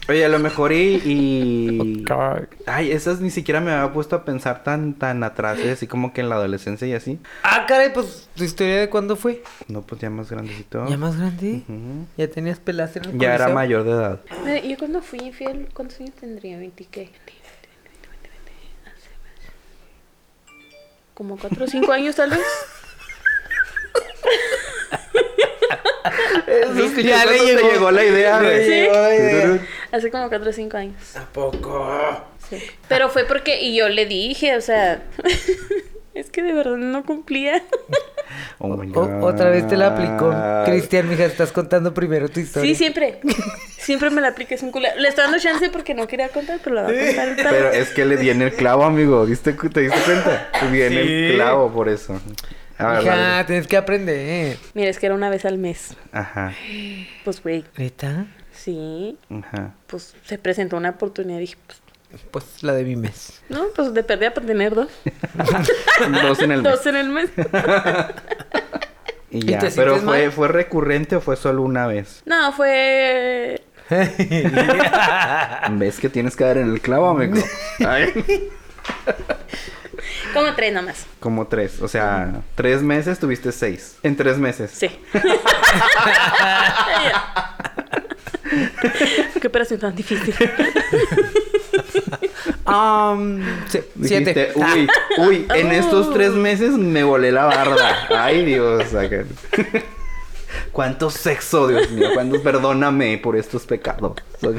Oye, a lo mejor y, y- Ok. Ay, esas ni siquiera me había puesto a pensar tan, tan atrás, ¿eh? así como que en la adolescencia y así. Ah, caray, pues, ¿tu historia de cuándo fue? No, pues ya más grandecito. ¿Ya más grande? Ujú. ¿Ya tenías pelas en el Ya era coliseo? mayor de edad. Mira, Yo cuando fui infiel, ¿cuántos años tendría? ¿20 qué? Como 4 o 5 años tal vez. Ya ya le le llegó. llegó la idea, Le güey. llegó la idea. Hace como 4 o 5 años. ¿A poco? Sí. Pero fue porque, y yo le dije, o sea, es que de verdad no cumplía. Oh my O- otra vez te la aplicó. God. Cristian, mija, estás contando primero tu historia. Sí, siempre. Siempre me la aplica, es un culero. Le estoy dando chance porque no quería contar, pero la va a contar. ahorita. Pero es que le di en el clavo, amigo. ¿Viste, cu- ¿Te diste cuenta? Le di en el Sí. clavo por eso. A ver, Mija, dale. tienes que aprender. Mira, es que era una vez al mes. Ajá, Pues, güey, ¿Neta? sí. ajá. Pues se presentó una oportunidad y dije, pues, Pues la de mi mes. no, pues de perdida para tener dos. Dos en el mes. Dos en el mes. Y ¿Y ya. te sientes Pero fue, mal? fue recurrente o fue solo una vez. No, fue. Ah. ¿Ves que tienes que dar en el clavo, amigo? Ay. Como tres nomás. Como tres. O sea, tres meses tuviste seis. En tres meses. Sí. Qué operación tan difícil. Um, se- Dijiste, siete. Ah, Uh. uy, uy, en estos tres meses me volé la barda. Ay, Dios. acá. ¿Cuánto sexo, Dios mío? ¿Cuánto? Perdóname por estos pecados. Soy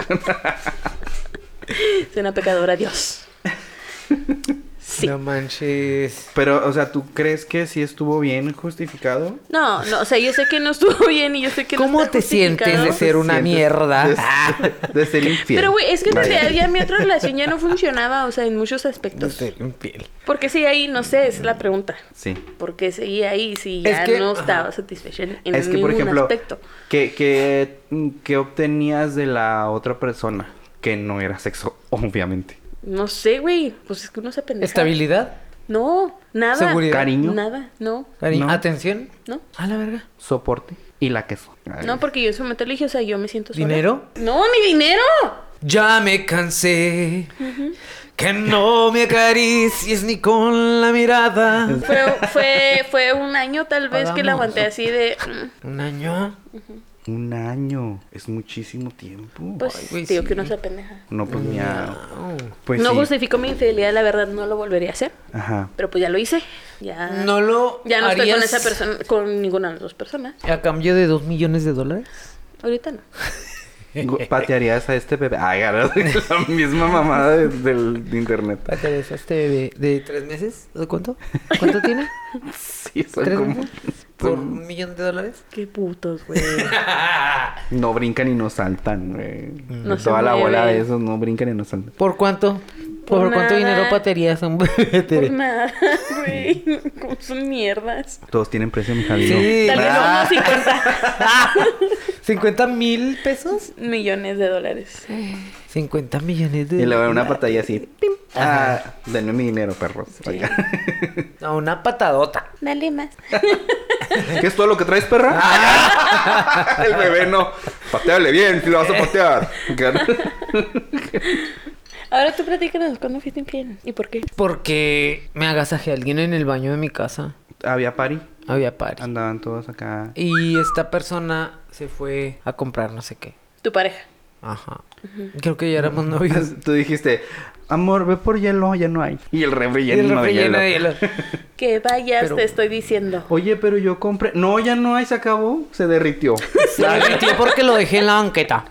una pecadora, Dios. Sí. No manches. Pero, o sea, ¿tú crees que sí estuvo bien justificado? No, no, o sea, yo sé que no estuvo bien y yo sé que no ¿Cómo está te sientes justificado. de ser una ¿Sientes mierda? De, Ah. de ser infiel. Pero, güey, es que en Vaya. realidad ya mi otra relación ya no funcionaba, o sea, en muchos De aspectos. ser Este, infiel. ¿Por qué seguía ahí? No sé, es la pregunta. Sí. ¿Por qué seguía ahí si ya Es que- no estaba ajá. satisfecha en, en es que, ningún por ejemplo, aspecto? ¿qué, qué, qué obtenías de la otra persona? Que no era sexo, obviamente. No sé, güey. Pues es que uno se pendeja. ¿Estabilidad? No, nada. ¿Seguridad? ¿Cariño? Nada, no, Cariño, No. ¿Atención? no. A la verga. Soporte y la queso. Ay. No, porque yo en su momento le dije, o sea, yo me siento sola. ¿Dinero? No, ni dinero. Ya me cansé. Que no me acaricies ni con la mirada. Fue, fue, fue un año tal vez que la Hagamos. aguanté así de... mm, ¿Un año? Un año. Es muchísimo tiempo. Pues, Ay, güey, digo sí. que uno se pendeja. No, pues mía. Au. Pues no sí. justifico mi infidelidad, la verdad, no lo volvería a hacer. Ajá. Pero pues ya lo hice. Ya No lo Ya no estoy harías con esa persona, con ninguna de las dos personas. ¿A cambio de dos millones de dólares? Ahorita no. Gu- Patearías a este bebé. Ay, ahora la misma mamada de- del de internet. ¿Para que des a este bebé de tres meses? ¿De cuánto? ¿Cuánto tiene? Sí, son ¿Tres como. meses? ¿Por un millón de dólares? Qué putos, güey. No brincan y no saltan, güey. No se Toda la bola mueven. de esos no brincan y no saltan. ¿Por cuánto? ¿Por, Por cuánto nada. dinero paterías a un bebé? Por nada, güey. Como son mierdas. Todos tienen precio, mi Javi. Sí. Tal vez unos 50 ¿50 mil pesos? millones de dólares. 50 millones de Y le veo una patalla así. pim. Ah, denme mi dinero, perros. Sí. A una patadota. Dale más. ¿Qué es todo lo que traes, perra? El bebé no. Pateale bien, si lo vas a patear. Ahora tú platícanos cuándo fuiste infiel y por qué. Porque me agasajé a alguien en el baño de mi casa. Había party. Había party. Andaban todos acá. Y esta persona se fue a comprar no sé qué. Tu pareja. Ajá. Creo que ya éramos novios. Tú dijiste, amor, ve por hielo, ya no hay. Y el refri Y el lleno de refri lleno hielo. de hielo. Que vayas, Pero- te estoy diciendo. Oye, pero yo compré. No, ya no hay, se acabó. Se derritió. Se derritió porque lo dejé en la banqueta.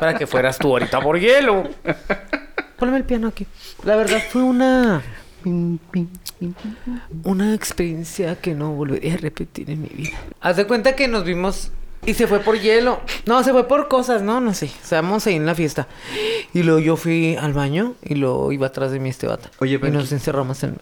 Para que fueras tú ahorita por hielo. Ponme el piano aquí. La verdad fue una... Pin, pin, pin, pin. Una experiencia que no volvería a repetir en mi vida. Haz de cuenta que nos vimos y se fue por hielo. No, se fue por cosas, no, no sé. Estábamos ahí en la fiesta. Y luego yo fui al baño y luego iba atrás de mí este bata. Oye, y pero nos aquí- encerramos en.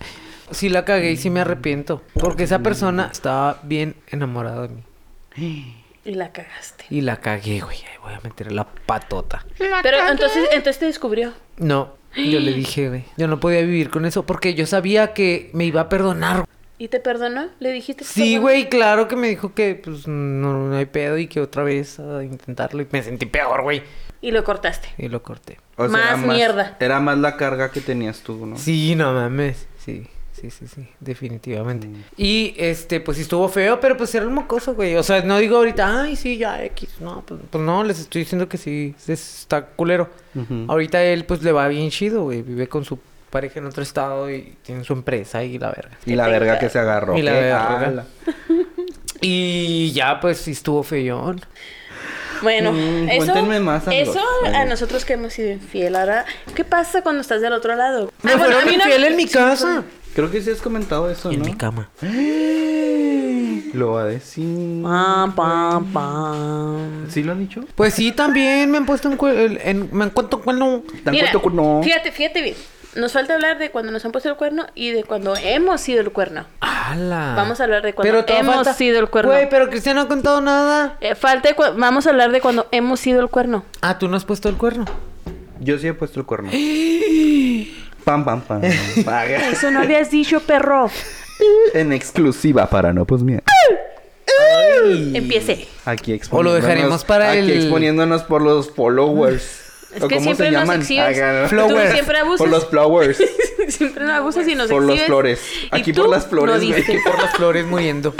Sí la cagué y sí me arrepiento. Porque esa persona estaba bien enamorada de mí. Y la cagaste. Y la cagué, güey. Ahí voy a meter la patota. Pero entonces, entonces te descubrió. No, yo le dije, güey. Yo no podía vivir con eso porque yo sabía que me iba a perdonar, ¿Y te perdonó? ¿Le dijiste? que Sí, perdón? güey, claro que me dijo que pues no, no hay pedo y que otra vez a intentarlo y me sentí peor, güey. Y lo cortaste. Y lo corté. Más era mierda. Era más la carga que tenías tú, ¿no? Sí, no mames. Sí, sí, sí, sí, definitivamente. Mm. Y este, pues sí estuvo feo, pero pues era un mocoso, güey. O sea, no digo ahorita, ay, sí, ya X. No, pues, pues, no, les estoy diciendo que sí, es- está culero. Ujú. Ahorita él pues le va bien chido, güey. Vive con su pareja en otro estado y tiene su empresa y la verga. Y la verga que se agarró. Y la ¿qué? verga. Ala. Y ya pues sí estuvo feón. Ah, Bueno, Mm, eso, cuéntenme más, amigos. eso Vale. a nosotros que hemos sido infiel. Ahora, ¿qué pasa cuando estás del otro lado? Me Ah, bueno, fueron a mí no- infiel en mi sí, casa. Creo que sí has comentado eso, En ¿no? mi cama. Lo va a decir. Ah, Pam, pam, pam. ¿Sí lo han dicho? Pues sí, también me han puesto en, cue- el- en- me han cuento cuerno. Tan Mira, cuento cu- no. Fíjate, fíjate bien. Nos falta hablar de cuando nos han puesto el cuerno y de cuando hemos sido el cuerno. ¡Hala! Vamos a hablar de cuando todo hemos sido el cuerno. Güey, pero Cristian no ha contado nada. Eh, falta de cu- vamos a hablar de cuando hemos sido el cuerno. Ah, tú no has puesto el cuerno. Yo sí he puesto el cuerno. pam, pam, pam. Paga. Eso no habías dicho, perro. en exclusiva para no, pues mira. Empiece. Aquí O lo exponiéndonos. dejaremos para aquí el- exponiéndonos por los followers. Es ¿O que cómo siempre se nos llaman? exhibes. Ah, no. Tú Flowers. siempre abusas. Por los flowers. Siempre nos abusas y nos Por los exhibes. flores. Y Aquí tú por las flores, no güey. Que diste. por las flores muriendo.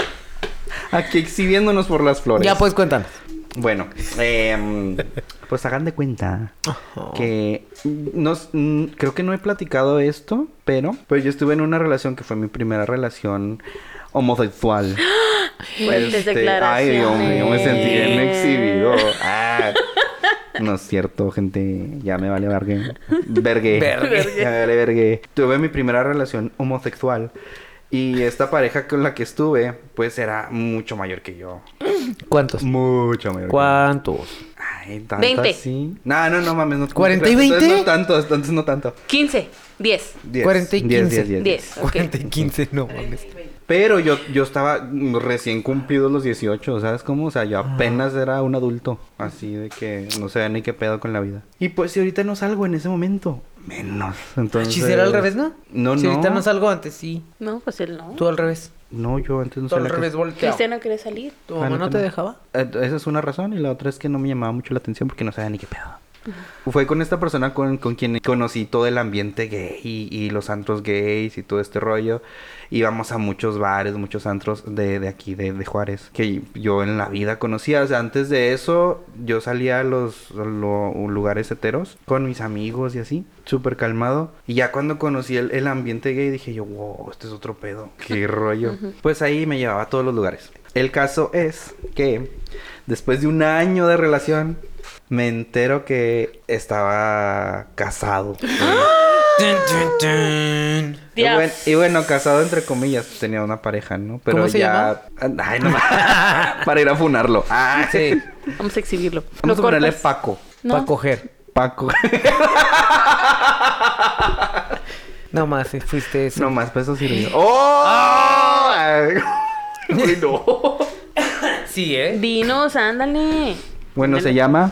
Aquí exhibiéndonos por las flores. Ya pues cuéntanos. Bueno, em, pues hagan de cuenta que no s- mm, creo que no he platicado esto, pero pues yo estuve en una relación que fue mi primera relación homosexual. Fuertes Pues, este, ay, Dios mío, me sentí bien declaraciones. exhibido. Ah, No es cierto, gente. Ya me vale vergue. Vergue. Vergue. Ya me vale vergue. Tuve mi primera relación homosexual. Y esta pareja con la que estuve, pues era mucho mayor que yo. ¿Cuántos? Mucho mayor. que yo. ¿Cuántos? Ay, tanto 20. así. No, no, no mames. No, ¿Cuarenta y veinte? Entonces no tanto, entonces no tanto. 15, 10, Diez. Cuarenta y Diez, quince. diez, diez, diez. 10. ok. 40 y 15, no mames. Pero yo, yo estaba mm, recién cumplidos los 18, ¿sabes cómo? O sea, yo apenas era un adulto. Así de que no sabía ni qué pedo con la vida. Y pues si ahorita no salgo en ese momento, Ah, menos. Entonces... Si era al revés, ¿no? No, Si no. ahorita no salgo antes, sí. No, pues él no. Tú al revés. No, yo antes no Tú al salía revés casi. volteado. Cristian no quiere salir. ¿Tu Ah, mamá no no te tenía. dejaba? Eh, Esa es una razón y la otra es que no me llamaba mucho la atención porque no sabía ni qué pedo. Fue con esta persona con, con quien conocí todo el ambiente gay y, y los antros gays y todo este rollo. Íbamos a muchos bares, muchos antros de, de aquí, de, de Juárez, que yo en la vida conocía. O sea, antes de eso, yo salía a los lo- lugares heteros con mis amigos y así, súper calmado. Y ya cuando conocí el, el ambiente gay, dije yo, wow, este es otro pedo. Qué rollo. Pues ahí me llevaba a todos los lugares. El caso es que después de un año de relación, me entero que estaba casado. Tun, tun, tun. Y buen- Dios. y bueno, casado entre comillas, tenía una pareja, ¿no? Pero ¿Cómo se ya. Ay, no ma- Para ir a funarlo. Ah, Sí. Vamos a exhibirlo. Vamos a Lo ponerle cortas. Paco. No. Para coger. Paco. No más, eh, fuiste eso. no más pues pesos y ¡Oh! Ah. Ay, uy, no. Sí, ¿eh? Dinos, ándale. Bueno, se llama.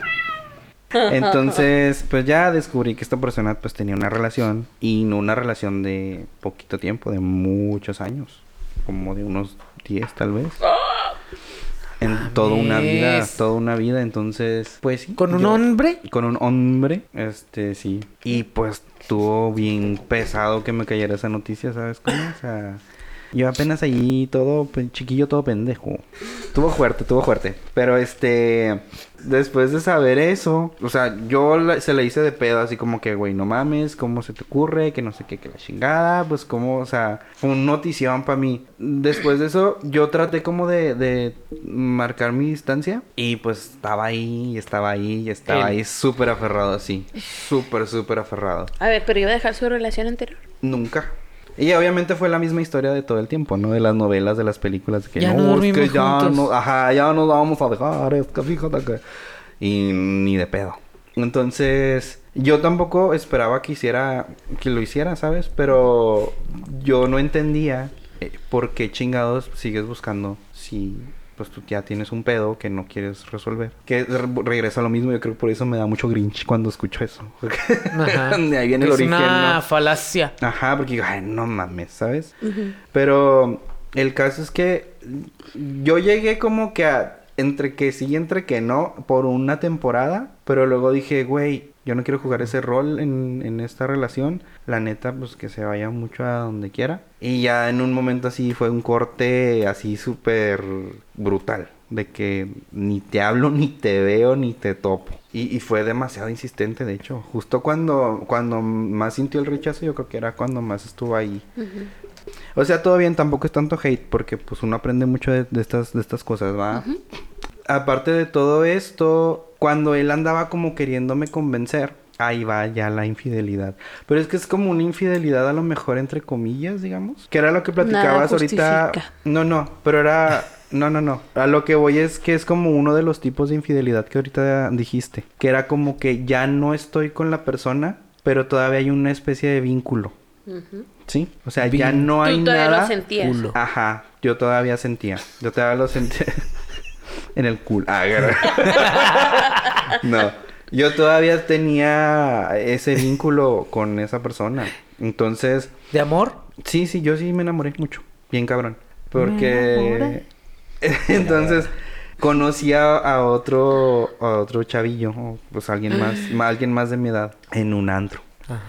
Entonces, pues ya descubrí que esta persona pues tenía una relación y no una relación de poquito tiempo, de muchos años. como de unos 10 tal vez. En toda una vida, Mames. toda una vida, entonces, pues sí. ¿Con un yo- hombre? Con un hombre, este, sí. Y pues estuvo bien pesado que me cayera esa noticia, ¿sabes cómo? O sea, yo apenas allí todo, pe- chiquillo, todo pendejo. Tuvo fuerte, tuvo fuerte. Pero este, después de saber eso, o sea, yo la- se le hice de pedo, así como que, güey, no mames, ¿cómo se te ocurre? Que no sé qué, que la chingada, pues como, o sea, fue un notición para mí. Después de eso, yo traté como de, de marcar mi distancia y pues estaba ahí, y estaba ahí, y estaba Él. ahí, súper aferrado, así. Súper, súper aferrado. A ver, pero iba a dejar su relación anterior. Nunca. Y obviamente fue la misma historia de todo el tiempo, ¿no? De las novelas, de las películas. de que Ya no es que dormimos ya juntos". no, ajá, ya nos vamos a dejar, es que fíjate que... Y ni de pedo. Entonces, yo tampoco esperaba que hiciera, que lo hiciera, ¿sabes? Pero yo no entendía eh, por qué chingados sigues buscando si pues tú ya tienes un pedo que no quieres resolver. Que re- regresa a lo mismo, yo creo que por eso me da mucho grinch cuando escucho eso. Ajá. De ahí viene Que el es origen. una ¿no? falacia. Ajá, porque digo, ay, no mames, ¿sabes? Pero el caso es que yo llegué como que a entre que sí y entre que no por una temporada, pero luego dije, güey, yo no quiero jugar ese rol en, en esta relación. La neta, pues que se vaya mucho a donde quiera. Y ya en un momento así fue un corte así súper brutal. De que ni te hablo, ni te veo, ni te topo. Y, y fue demasiado insistente, de hecho. Justo cuando, cuando más sintió el rechazo, yo creo que era cuando más estuvo ahí. O sea, todo bien, tampoco es tanto hate, porque pues uno aprende mucho de, de estas, de estas cosas, ¿va? Aparte de todo esto, cuando él andaba como queriéndome convencer, ahí va ya la infidelidad. Pero es que es como una infidelidad a lo mejor entre comillas, digamos. Que era lo que platicabas ahorita. justifica. No, no, pero era... No, no, no. A lo que voy es que es como uno de los tipos de infidelidad que ahorita dijiste. Que era como que ya no estoy con la persona, pero todavía hay una especie de vínculo. ¿Sí? O sea, ya Vin- no hay Tú todavía nada... lo sentías. culo. Ajá, yo todavía sentía. Yo todavía lo sentía en el culo. Ah, claro. no. Yo todavía tenía ese vínculo con esa persona. Entonces, ¿De amor? sí, sí, yo sí me enamoré mucho. Bien cabrón. Porque entonces conocí a, a otro a otro chavillo, o, pues alguien más, ma- alguien más de mi edad en un antro. Ajá.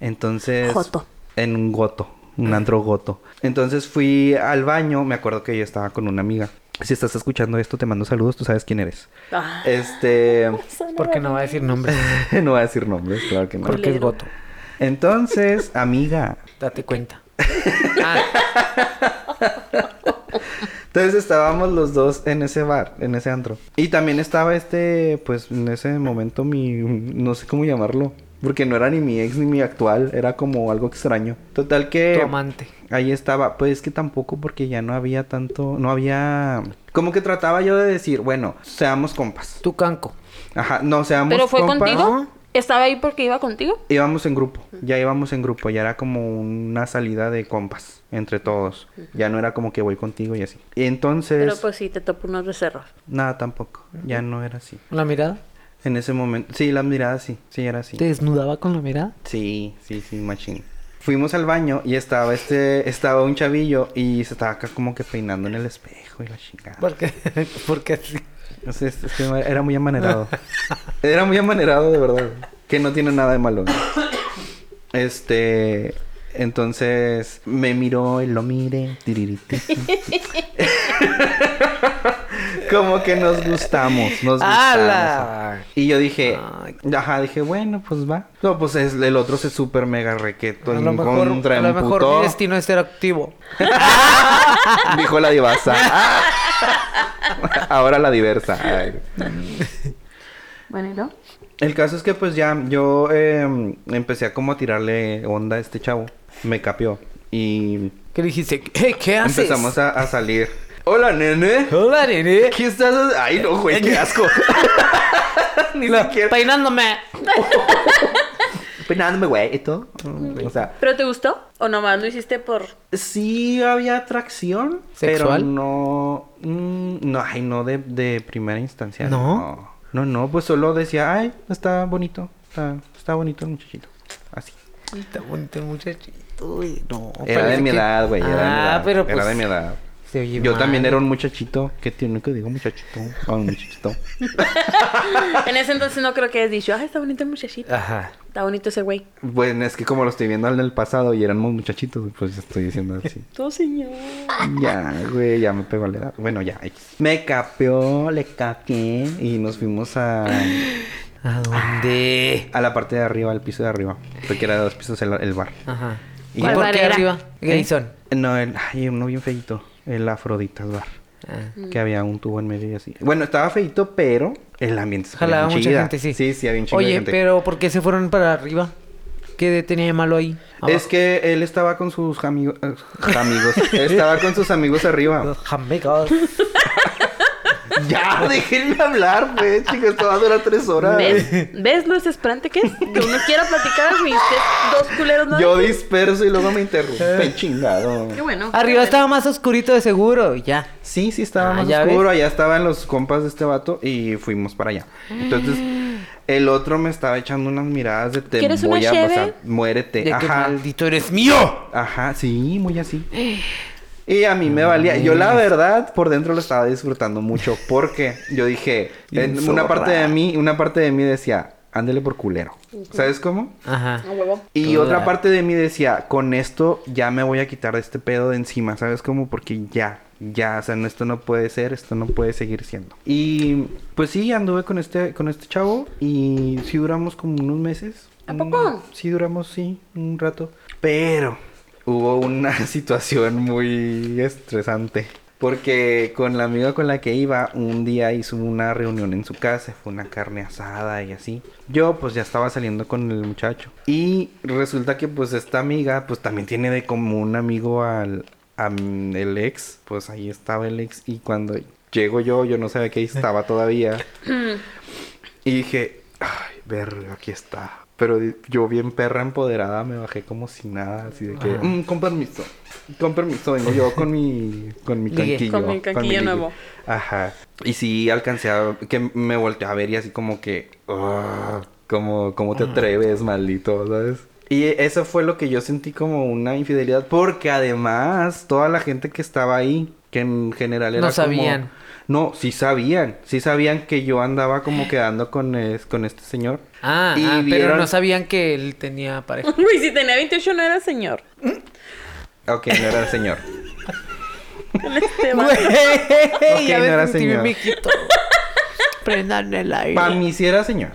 Entonces. Joto. En un goto. Un antro goto. Entonces fui al baño. Me acuerdo que yo estaba con una amiga. Si estás escuchando esto, te mando saludos. Tú sabes quién eres. Ah, Este. Porque no va a decir nombre. no voy a decir nombres, claro que no. Por- Porque es Culero. goto. Entonces, amiga. Date cuenta. Ah, Entonces estábamos los dos en ese bar, en ese antro. Y también estaba este, pues en ese momento mi, no sé cómo llamarlo. Porque no era ni mi ex ni mi actual, era como algo extraño. Total que... tu amante. Ahí estaba, pues es que tampoco porque ya no había tanto, no había... Como que trataba yo de decir, bueno, seamos compas. Tu canco. Ajá, no, seamos ¿Pero fue compas. contigo? ¿Estaba ahí porque iba contigo? Íbamos en grupo, ya íbamos en grupo, ya era como una salida de compas entre todos. Ya no era como que voy contigo y así. Y entonces... Pero pues sí, te topo unos becerros. Nada, tampoco, ya no era así. ¿La mirada? En ese momento, sí, las miradas sí, sí, era así. ¿Te desnudaba con la mirada? Sí, sí, sí, machín. Fuimos al baño y estaba este, estaba un chavillo y se estaba acá como que peinando en el espejo y la chingada. Porque, porque así. O sea, es- es que era muy amanerado. Era muy amanerado, de verdad. Que no tiene nada de malo. Este. Entonces me miró y lo miré. tiririti. Como que nos gustamos, nos gustamos. ¡Hala! Y yo dije, Ay. ajá, dije, bueno, pues va. No, pues es- el otro se super mega requeto. A lo mejor, contra a lo mejor mi destino es ser activo. Dijo la divasa. Ah. Ahora la diversa. Ay. Bueno, ¿y no? El caso es que pues ya yo em, empecé a como a tirarle onda a este chavo. Me capió. Y ¿Qué dijiste? Hey, ¿Qué haces? ¿eh? empezamos a, a salir. Hola, nene. Hola, nene. ¿Qué estás? ha- Ay, no, güey, qué asco. Ni siquiera. Peinándome. Peinándome, güey, y todo. O sea, ¿Pero te gustó? ¿O nomás lo hiciste por...? sí había atracción, pero ¿Sexual? no. mm, no, ay, no de, de primera instancia. ¿No? No, no, no, pues solo decía, ay, está bonito. Está, está bonito el muchachito. Así. Está bonito el muchachito, güey. No, Era de parece mi que- edad, güey. Era, de mi Ah, edad, pero era pues, de mi edad. se oye Yo mal. también era un muchachito. ¿Qué tiene que digo muchachito? Ah, un muchachito. En ese entonces no creo que hayas dicho, ah, está bonito el muchachito. Ajá. Está bonito ese güey. Bueno, es que como lo estoy viendo en el pasado y éramos muchachitos, pues estoy diciendo así. Tú, señor. Ya, güey, ya me pegó la edad. Bueno, ya. X. Me capeó, le caqué y nos fuimos a, ¿A dónde? a la parte de arriba, al piso de arriba. Porque era de dos pisos el, el bar. Eh, Ajá. ¿Y ¿Cuál por bar qué era? arriba? Grayson. No, el, ay, uno bien feito. El Afroditas Bar. Ah. Que había un tubo en medio y así. Bueno, estaba feito, pero el ambiente se ponía Jalaba bien mucha chida. gente, sí. Sí, sí, había un chingo de Oye, gente. pero ¿por qué se fueron para arriba? ¿Qué tenía de malo ahí? Es que él estaba con sus amigos. amigos. estaba con sus amigos arriba. Amigos. ya, déjenme hablar, pues, chicos. Esto va a durar tres horas. ¿Ves? ¿Ves lo desesperante que es? Que uno quiera platicar algo y ustedes dos culeros no. Yo disperso y luego me interrumpe, chingado. Qué bueno. Arriba está estaba más oscurito de seguro y ya. Sí, sí, estaba Ah, más ya oscuro. ves. Allá estaban los compas de este vato y fuimos para allá. Entonces, el otro me estaba echando unas miradas de te ¿Quieres una voy a cheve? pasar. Muérete. De que Ajá. maldito eres mío. Ajá, sí, muy así. Y a mí me valía. Yo, la verdad, por dentro lo estaba disfrutando mucho. Porque yo dije, en Bien una parte zorra. de mí, una parte de mí decía, ándele por culero. ¿Sabes cómo? Ajá. No huevo. Y Toda. otra parte de mí decía, con esto ya me voy a quitar este pedo de encima, ¿sabes cómo? Porque ya, ya, o sea, no, esto no puede ser, esto no puede seguir siendo. Y pues sí, anduve con este, con este chavo y sí duramos como unos meses. ¿A Un- poco? sí duramos, sí, un rato. Pero hubo una situación muy estresante. Porque con la amiga con la que iba, un día hizo una reunión en su casa, fue una carne asada y así. Yo pues ya estaba saliendo con el muchacho. Y resulta que pues esta amiga pues también tiene de como un amigo al a m- el ex, pues ahí estaba el ex y cuando llego yo, yo no sabía que ahí estaba todavía. Y dije, ay, verga, aquí está. Pero di- yo bien perra empoderada me bajé como si nada, así de que, Ajá. "Mm, con permiso, con permiso, vengo yo con mi, con mi Ligue. canquillo. Con mi canquillo ligue". nuevo. Ajá. Y sí alcancé a, que me volteé a ver y así como que, "Ah, como, ¿cómo te atreves, maldito? ¿Sabes? Y eso fue lo que yo sentí como una infidelidad, porque además toda la gente que estaba ahí, que en general era No como- sabían. no, sí sabían, sí sabían que yo andaba como quedando con, es- con este señor. Ah, Y ah, pero vieron- no sabían que él tenía pareja. Güey, si tenía 28 no era señor. Ok, no era el señor. Con este Güey, vato. ya no me era sentí bien señora. viejito. Prendan el aire. Para mí sí era señor.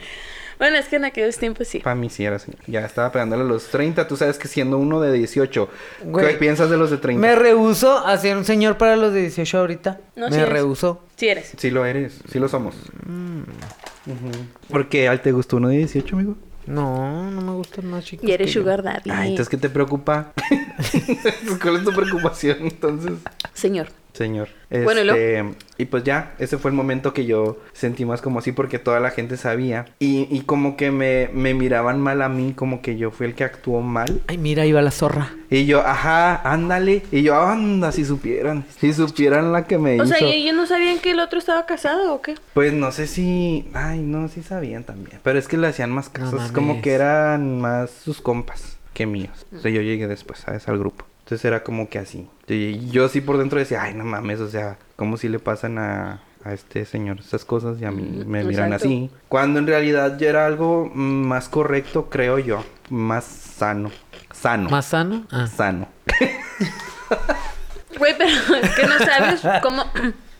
Bueno, es que en aquellos tiempos sí. Para mí sí era señor. Ya estaba pegándole a los 30. Tú sabes que siendo uno de 18, ¿qué Güey, piensas de los de 30? Me rehusó a ser un señor para los de 18 ahorita. No, sí me eres. rehusó. Sí eres. Sí lo eres, sí lo somos. Mm. Porque al te gustó uno de 18, amigo. No, no me gustan más chicos. Y eres Pues que yo. sugar daddy. Ay, Ah, entonces, ¿qué te preocupa? ¿Cuál es tu preocupación entonces? Señor. Señor. Bueno, ¿y luego? Este, y pues ya, ese fue el momento que yo sentí más como así porque toda la gente sabía. Y, y como que me, me miraban mal a mí, como que yo fui el que actuó mal. Ay, mira, ahí va la zorra. Y yo, ajá, ándale. Y yo, anda, si supieran, si supieran la que me O sea, hizo. ¿y ellos no sabían que el otro estaba casado o qué? Pues no sé si, ay, no, sí sabían también. Pero es que le hacían más No casos, como mames. que eran más sus compas que míos. O sea, yo llegué después, ¿sabes? Al grupo. Entonces era como que así. Y yo sí por dentro decía, ay, no mames, o sea, ¿cómo si le pasan a, a este señor esas cosas y a mí Ujú, me miran exacto. así? Cuando en realidad ya era algo mm, más correcto, creo yo. Más sano. Sano. ¿Más sano? Ah. sano. Güey, pero es que no sabes cómo,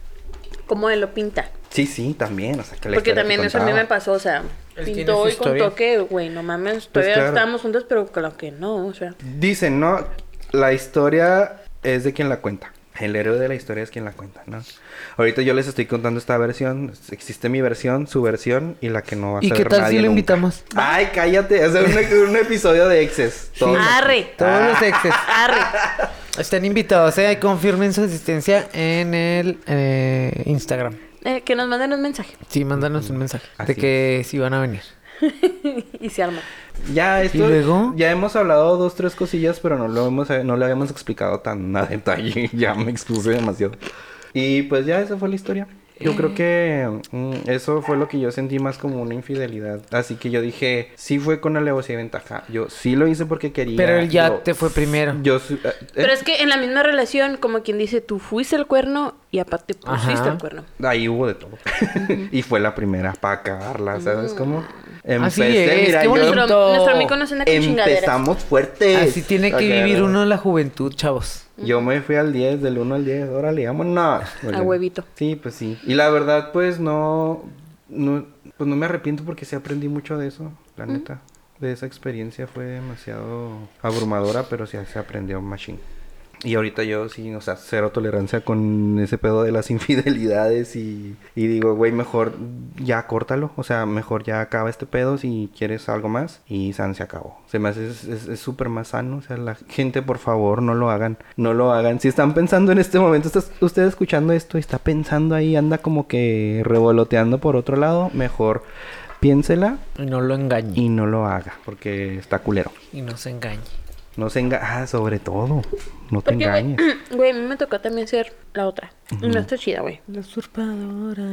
cómo él lo pinta. Sí, sí, también. O sea, que la Porque historia que también eso a mí contaba. me pasó, o sea, Él tiene pintó su y contó historia. que, güey, no mames, Pues todavía claro. estábamos juntos, pero claro que no, o sea. Dicen, ¿no? La historia es de quien la cuenta. El héroe de la historia es quien la cuenta, ¿no? Ahorita yo les estoy contando esta versión. Existe mi versión, su versión y la que no va a ¿Y saber qué tal nadie si lo nunca. invitamos? Ay, cállate. Es un, un episodio de exes. Todos aquí. Arre, Todos los exes. arre. Están invitados, ¿eh? Confirmen su asistencia en el eh, Instagram. Eh, que nos manden un mensaje Sí, mándanos un mensaje Así de que si van a venir. y se Eh. arma. Ya, esto, ¿Y luego? ya hemos hablado dos, tres cosillas, pero no lo, hemos, no lo habíamos explicado tan a detalle. ya me expuse demasiado. Y pues ya, esa fue la historia. Yo creo que mm, eso fue lo que yo sentí más como una infidelidad. Así que yo dije, sí fue con alevosía y ventaja. Yo sí lo hice porque quería. Pero él ya Yo- te fue primero. Yo sí- eh, Pero es que en la misma relación, como quien dice, tú fuiste el cuerno y aparte pusiste Ajá. el cuerno. Ahí hubo de todo. y fue la primera para cagarla, ¿sabes cómo? Así es, qué yo- bonito. Mm. Nuestro, nuestro amigo no se anda con chingaderas. empezamos fuerte. Así tiene que vivir uno la juventud, chavos. Yo me fui al 10, del 1 al 10, órale, vámonos. A huevito. Sí, pues sí. Y la verdad, pues no, no, pues no me arrepiento porque sí aprendí mucho de eso, la neta. De esa experiencia fue demasiado abrumadora, pero sí se aprendió machine. Y ahorita yo sí, o sea, cero tolerancia con ese pedo de las infidelidades y, y digo, güey, mejor ya córtalo, o sea, mejor ya acaba este pedo si quieres algo más y san se acabó. Se me hace, es- es es súper más sano, o sea, la gente, por favor, no lo hagan, no lo hagan. Si están pensando en este momento, estás usted escuchando esto y está pensando ahí, anda como que revoloteando por otro lado, mejor piénsela Y no lo engañe. y no lo haga, porque está culero. Y no se engañe. No se enga... Ah, sobre todo, no te Porque, güey, engañes. güey, a mí me tocó también ser la otra. Y no está chida, güey. La usurpadora.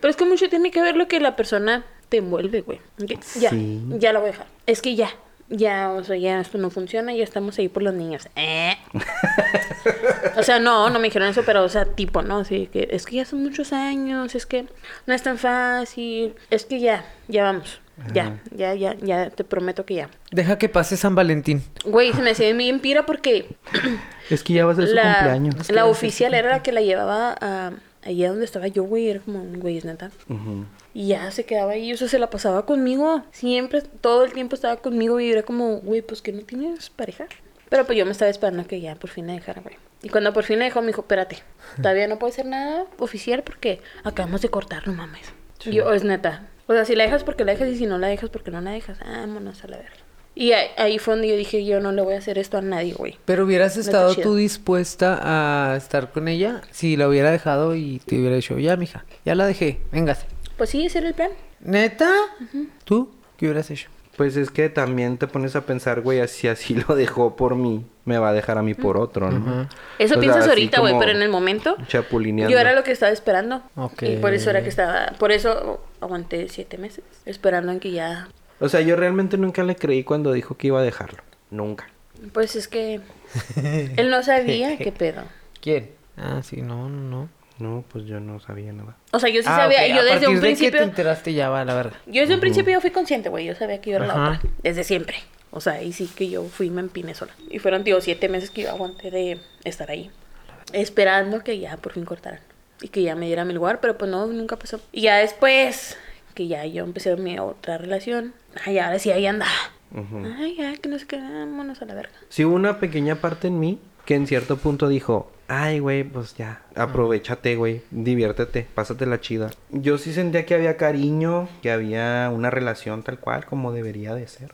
Pero es que mucho tiene que ver lo que la persona te envuelve, güey. ¿Ok? Ya, Sí. ya lo voy a dejar. Es que ya, ya, o sea, ya esto no funciona, ya estamos ahí por los niños. Eh. o sea, no, no me dijeron eso, pero, o sea, tipo, ¿no? Así que es que ya son muchos años, es que no es tan fácil, es que ya, ya vamos. Ya, ya, ya, ya, te prometo que ya. Deja que pase San Valentín. Güey, se me hacía bien pira porque Es que ya va a ser su la, cumpleaños. la oficial era la que la llevaba a allá donde estaba yo, güey. Era como, güey, es neta. Ujú. Y ya se quedaba ahí, o sea, se la pasaba conmigo. Siempre, todo el tiempo estaba conmigo y era como, güey, pues que no tienes pareja. Pero pues yo me estaba esperando que ya por fin la dejara, güey. Y cuando por fin la dejó, me dijo, espérate, todavía no puede ser nada oficial porque acabamos de cortar, no mames. Y Yo, es neta. O sea, si la dejas porque la dejas y si no la dejas porque no la dejas, vámonos a la verga. Y ahí, ahí fue donde yo dije, yo no le voy a hacer esto a nadie, güey. Pero hubieras está estado chido. tú dispuesta a estar con ella si la hubiera dejado y te hubiera dicho, ya, mija, ya la dejé, véngase. Pues sí, ese era el plan. ¿Neta? ¿Tú? ¿Qué hubieras hecho? Pues es que también te pones a pensar, güey, si así lo dejó por mí, me va a dejar a mí por otro, ¿no? O Eso sea, piensas así ahorita, güey, como pero en el momento. Chapulineando. Yo era lo que estaba esperando. Ok. Y por eso era que estaba. Por eso aguanté siete meses. Esperando en que ya. O sea, yo realmente nunca le creí cuando dijo que iba a dejarlo. Nunca. Pues es que. Él no sabía qué pedo. ¿Quién? Ah, sí, no, no, no. No, pues yo no sabía nada. O sea, yo sí Ah, sabía. ok, Yo a desde partir un de que te principio. enteraste ya va, la verdad. Yo desde un principio yo fui consciente, güey. Yo sabía que yo era la Ajá. otra. Desde siempre. O sea, ahí sí que yo fui y me empiné sola. Y fueron, tío, siete meses que yo aguanté de estar ahí. Esperando que ya por fin cortaran. Y que ya me diera mi lugar, pero pues no, nunca pasó. Y ya después, que ya yo empecé mi otra relación. Ay, ahora sí, ahí anda. Ay, ya, que nos quedamos a la verga. Sí hubo una pequeña parte en mí que en cierto punto dijo, ay, güey, pues ya, aprovechate, güey, diviértete, pásatela chida. Yo sí sentía que había cariño, que había una relación tal cual como debería de ser.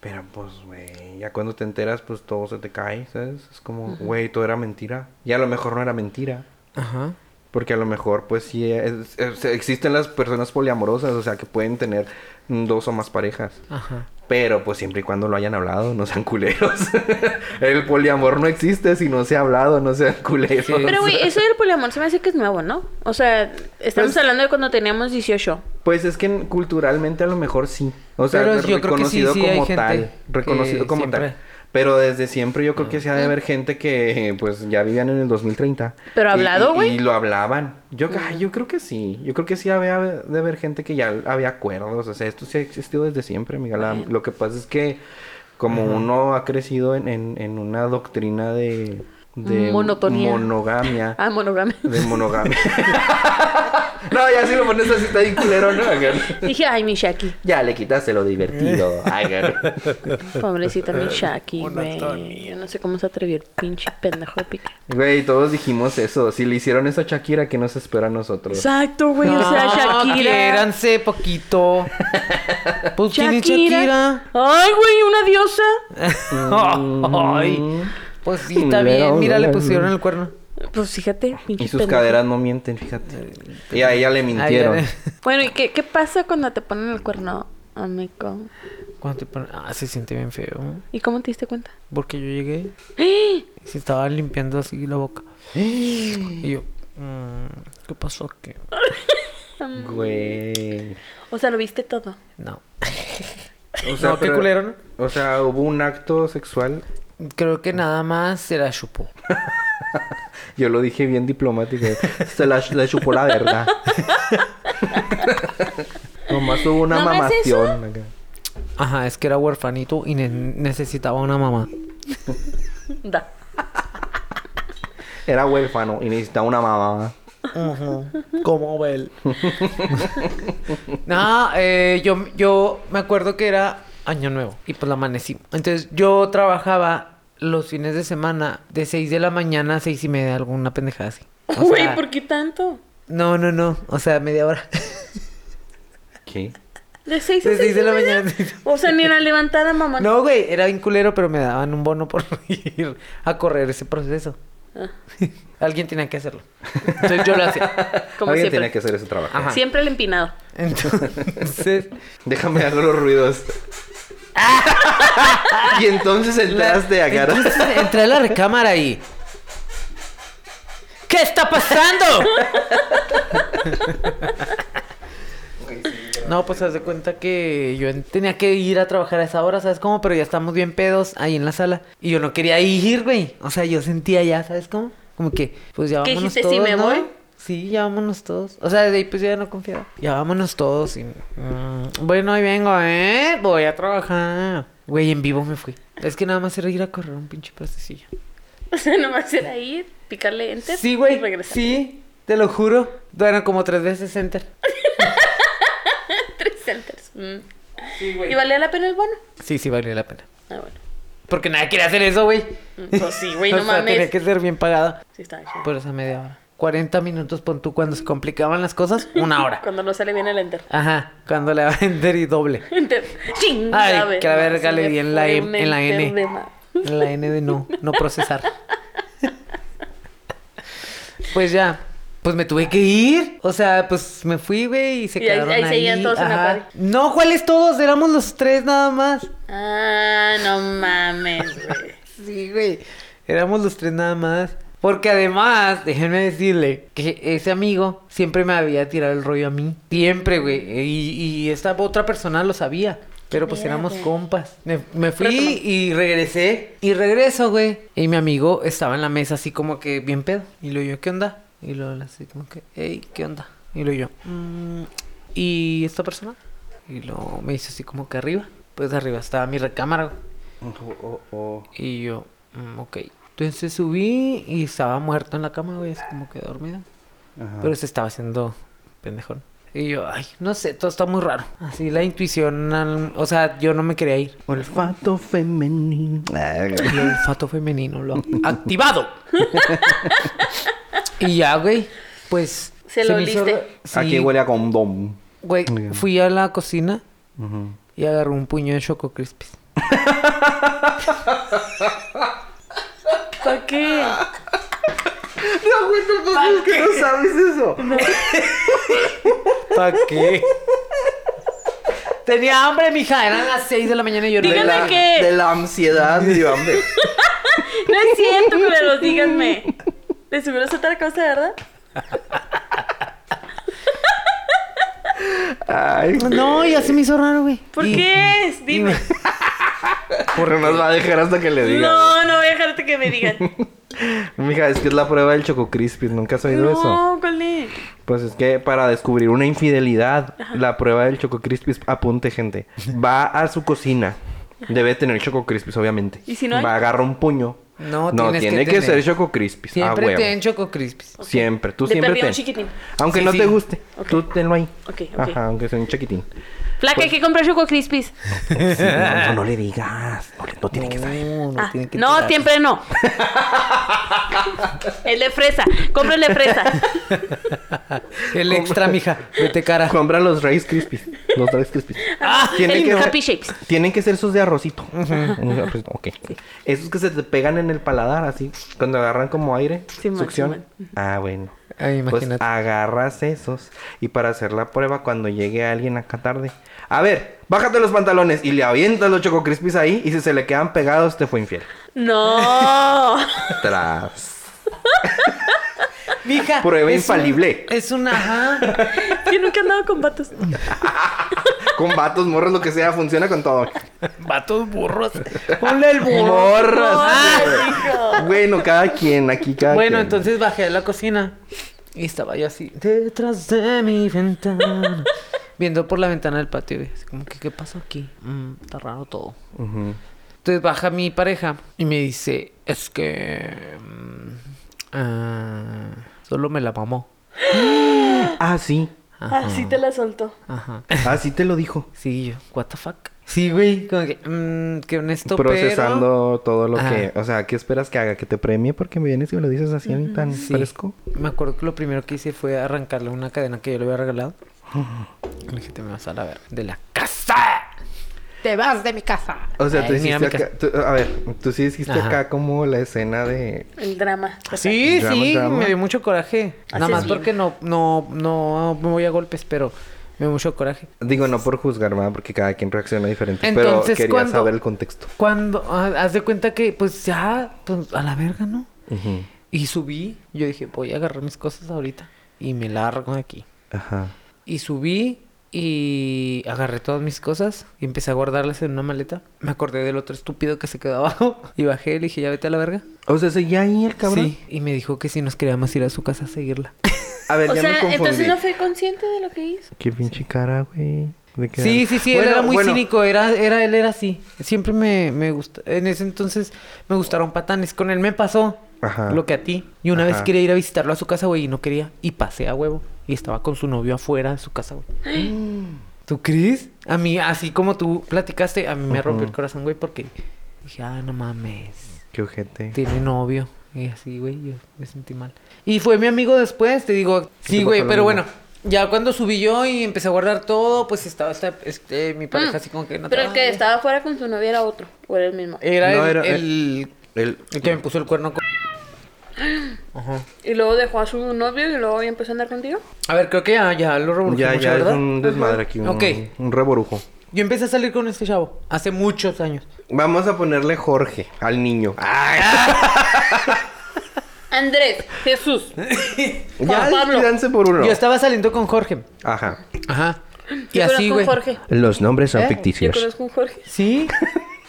Pero pues, güey, ya cuando te enteras, pues todo se te cae, ¿sabes? Es como, güey, todo era mentira. Y a lo mejor no era mentira. Ajá. Porque a lo mejor, pues sí, es- es- existen las personas poliamorosas, o sea, que pueden tener mm, dos o más parejas. Ajá. Pero pues siempre y cuando lo hayan hablado, no sean culeros. El poliamor no existe si no se ha hablado, no sean culeros. Sí. Pero, güey, eso del poliamor se me hace que es nuevo, ¿no? O sea, estamos Pues- hablando de cuando teníamos 18. Pues es que en- culturalmente a lo mejor sí. O sea, Pero es yo creo que sí, reconocido sí hay como gente tal. que Reconocido como tal. siempre- Mm. Pero desde siempre yo creo que sí ha de haber gente que pues ya vivían en el 2030. Pero Y- hablado, y- güey. Mm. Y, lo hablaban. Yo, ay, yo creo que sí. Yo creo que sí había de haber gente que ya había acuerdos. O sea, esto sí ha existido desde siempre, amiga. La- Bueno. lo que pasa es que como uno ha crecido en, en- en una doctrina de... de Monotonía. Monogamia. Ah, monograma. De monogamia. no, ya si lo pones así está bien culero, ¿no? Acá. Dije, ay, mi Shaki. Ya le quitaste lo divertido. acá. Pobrecita mi Shaki, güey. Yo no sé cómo se atrevió el pinche pendejo de pica. Güey, todos dijimos eso. Si le hicieron eso a Shakira, ¿qué nos espera a nosotros? Exacto, güey. o sea, Shakira. Quiéranse poquito. Pues, ¿quién es Shakira. Shakira? Ay, güey, una diosa. Ay. Pues sí, está Mm. Mira, bien. Mira, le mira, pusieron el cuerno. Pues fíjate, pinche Y sus pendejo. caderas no mienten, fíjate. Y a ella le mintieron. Ay, Bueno, ¿y qué, qué pasa cuando te ponen el cuerno, amigo? Cuando te ponen- Ah, se siente bien feo. ¿Y cómo te diste cuenta? Porque yo llegué y se estaba limpiando así la boca. Y yo, mm, ¿qué pasó aquí? Güey. O sea, lo viste todo. No. O sea, no, qué pero- culero, ¿no? O sea, hubo un acto sexual. Creo que nada más se la chupó. Yo lo dije bien diplomático. Se la, la chupó la verdad. Nomás hubo una ¿No ves eso? mamación. acá. Ajá, es que era huerfanito y ne- necesitaba una mamá. Da. Era huérfano y necesitaba una mamá. Como Bel. no, eh, yo, yo me acuerdo que era Año Nuevo y pues la amanecí. Entonces yo trabajaba los fines de semana de 6 de la mañana a 6 y media, alguna pendejada así. O Güey, sea, ¿por qué tanto? No, no, no. O sea, media hora. ¿Qué? De 6 a De 6 6 de la mañana. O sea, ni la levantada, mamá. No, güey, era bien culero, pero me daban un bono por ir a correr ese proceso. Ah. Alguien tenía que hacerlo. Entonces yo lo hacía. Como Alguien siempre. tenía que hacer ese trabajo. Ajá. Siempre el empinado. Entonces, Déjame hacer los ruidos. y entonces entraste a cara. entonces entré a la recámara y... ¿Qué está pasando? No, pues haz de cuenta que yo en- tenía que ir a trabajar a esa hora, ¿sabes cómo? Pero ya estamos bien pedos ahí en la sala. Y yo no quería ir, güey. O sea, yo sentía ya, ¿sabes cómo? Como que, pues ya ¿Qué vámonos dijiste? todos, ¿Sí me ¿no? voy? Sí, ya vámonos todos. O sea, desde ahí pues yo ya no confiaba. Ya vámonos todos y... mm, bueno, ahí vengo, ¿eh? Voy a trabajar. Güey, en vivo me fui. Es que nada más era ir a correr un pinche pasecillo. O sea, nomás era ir, picarle enter. Sí, güey. y regresar. Sí, te lo juro. Bueno, como tres veces enter. Tres enters. Mm. ¿Y valía la pena el bono? Sí, sí, valió la pena. Ah, bueno. Porque nadie quería hacer eso, güey. Mm, Pues sí, güey, O no sea, Tenía mames. que ser bien pagada. Sí, estaba chido. Por esa media hora. 40 minutos, pon tú, cuando se complicaban las cosas, una hora. Cuando no sale bien el enter. Ajá, cuando le va a vender y doble. Enter. ¡Ching! Ay, Ya ves, que la no, verga se le me di en la fue M- un en la N. enter de más. La N de no, no procesar. Pues ya, pues me tuve que ir. O sea, pues me fui, güey, y se Y ahí- quedaron ahí ahí. seguían todos en la Ajá. party. No, ¿cuáles todos? Éramos los tres nada más. Ah, no mames, güey. Sí, güey. Éramos los tres nada más. Porque además, déjenme decirle que ese amigo siempre me había tirado el rollo a mí. Siempre, güey. Y, y esta otra persona lo sabía. Pero pues Mira, éramos güey. compas. Me, me fui Retomando. y regresé. Y regreso, güey. Y mi amigo estaba en la mesa así como que bien pedo. Y lo yo, ¿qué onda? Y lo así como que, hey, ¿qué onda? Y lo yo, "Mm, ¿y esta persona? Y lo me hizo así como que arriba. Pues arriba estaba mi recámara, güey. Oh, oh, oh. Y yo, mm, ok. Entonces subí y estaba muerto en la cama, güey, así como que dormido. Ajá. Pero se estaba haciendo pendejón. Y yo, ay, no sé, todo está muy raro. Así la intuición, al- o sea, yo no me quería ir. Olfato femenino. Ah, El olfato femenino lo activado. y ya, güey, pues. Se lo me hizo oliste. ra- Sí, Aquí huele a condón. Güey, Bien. fui a la cocina Ujú. y agarré un puño de Choco Crispies. ¿Por qué? ¿Qué no sabes eso? ¿Para qué? Tenía hambre, mija. Eran las 6 de la mañana y yo Díganme la- la, que- de la ansiedad y hambre. No es cierto, culeros, díganme. De seguro es otra cosa, ¿verdad? Ay, No, ya se me hizo raro, güey. ¿Por Y- qué es? Dime. porque nos va a dejar hasta que le diga. No, no voy a dejarte que me digan. Mija, es que es la prueba del Choco Crispis. ¿Nunca Pues has oído eso? No, ¿cuál es? Pues es que para descubrir una infidelidad, la prueba del Choco Crispis, apunte, gente. Va a su cocina. Debe tener Choco Crispis, obviamente. ¿Y si no hay? Va, agarra un puño. No, no tienes que tiene que, ser tener. Choco Crispis. Ah, Siempre huevo. te den Choco Crispies. Siempre, tú De siempre perdido ten. un chiquitín. Aunque Sí, no sí. te guste, Ok. tú tenlo ahí. Ok, ok. Ajá, aunque sea un chiquitín. Flaca, hay que comprar Choco Crispies. Sí, no, no, no le digas. No, le- no tiene que saber. No, Ah, tienen que no, tirar. siempre no. El de fresa. Cómprale fresa. El extra, mija. Vete cara. Compra los Rice Krispies. Los Rice Krispies. Ah, Tiene el que ser- Happy Shapes. Tienen que ser esos de arrocito. Ujú, arrocito, ok. Esos que se te pegan en el paladar, así. Cuando agarran como aire, Simón, succión. Ah, bueno. Ay, imagínate. Pues agarras esos. Y para hacer la prueba, cuando llegue alguien acá tarde. A ver, bájate los pantalones. Y le avientas los Choco Crispies ahí. Y si se le quedan pegados, te fue infiel. No. Tras. Mija. Prueba es un- infalible. es una. Ajá. Yo nunca he andado con vatos. Con vatos, morros, lo que sea, funciona con todo. Vatos burros. Ponle el burro. Ah, Morras. Ay, hijo. Bueno, cada quien, aquí cada Bueno, quien. entonces bajé a la cocina y estaba yo así, detrás de mi ventana, viendo por la ventana del patio. y así como que, ¿qué pasó aquí? Mm, está raro todo. Ujú. Entonces baja mi pareja y me dice, es que... mm, ah, solo me la mamó. Ah, sí. Así te la soltó. Ajá. Ah, sí te lo dijo. Sí, yo, what the fuck. Sí, güey, como que, mm, que honesto, pero- Procesando todo lo Ajá. que... O sea, ¿qué esperas que haga? ¿Que te premie porque me vienes y me lo dices así tan Sí. fresco? Me acuerdo que lo primero que hice fue arrancarle una cadena que yo le había regalado. Le dije, te me vas a la ver de la casa. Te vas de mi casa. O sea, Ay, tú mira hiciste mi acá... tú- a ver, tú sí hiciste Ajá. acá como la escena de... El drama. casa. Ah, Sí, Drama, sí, drama. me dio mucho coraje. Nada Así más es bien. porque no, no, no me voy a golpes, pero me dio mucho coraje. Digo, no por juzgar, ¿verdad? Porque cada quien reacciona diferente. pero Entonces, quería ¿cuándo? saber el contexto. Cuando, ah, haz de cuenta que, pues ya, pues a la verga, ¿no? Ujú. Y subí, yo dije, voy a agarrar mis cosas ahorita y me largo de aquí. Ajá. Y subí y agarré todas mis cosas y empecé a guardarlas en una maleta. Me acordé del otro estúpido que se quedó abajo y bajé y le dije, ya vete a la verga. O sea, seguía ahí el cabrón. Sí, y me dijo que si nos queríamos ir a su casa a seguirla. A Pues ver, ya O me sea, confundí. entonces no fue consciente de lo que hizo. Qué pinche cara, güey. De que- Sí, sí, sí, él Bueno, era muy bueno, cínico, era, era, él era así. Siempre me, me gusta, en ese entonces me gustaron patanes. Con él me pasó Ajá. lo que a ti. Y una vez Ajá. quería ir a visitarlo a su casa, güey, y no quería. Y pasé a huevo. Y estaba con su novio afuera de su casa, güey. ¿Tú crees? A mí, así como tú platicaste, a mí me rompió el corazón, güey, porque dije, ah, no mames, Qué ojete. tiene novio. Y así, güey, yo me sentí mal. Y fue mi amigo después, te digo, sí, pasó güey, lo pero mismo? bueno. Ya cuando subí yo y empecé a guardar todo, pues estaba esta- este, mi pareja así como que no Mm, Eh. Pero el que trabaja. estaba fuera con su novia era otro. O era el mismo. Era, No, el, era- eh, el, El... el que me puso el cuerno con... Ajá. Y luego dejó a su novio y luego ya empezó a andar contigo. A ver, creo que ya, ya lo revolucioné Ya, mucho, ya es ¿verdad? un desmadre aquí. Un, Ok. un reborujo. Yo empecé a salir con este chavo hace muchos años. Vamos a ponerle Jorge al niño. ¡Ay! Andrés, Jesús. ya, Juan Pablo. despídanse por uno. Yo estaba saliendo con Jorge. Ajá. Ajá. Y Yo así, conozco güey. a Jorge. Los nombres son ¿Eh? Yo ficticios. conozco a un Jorge. Sí.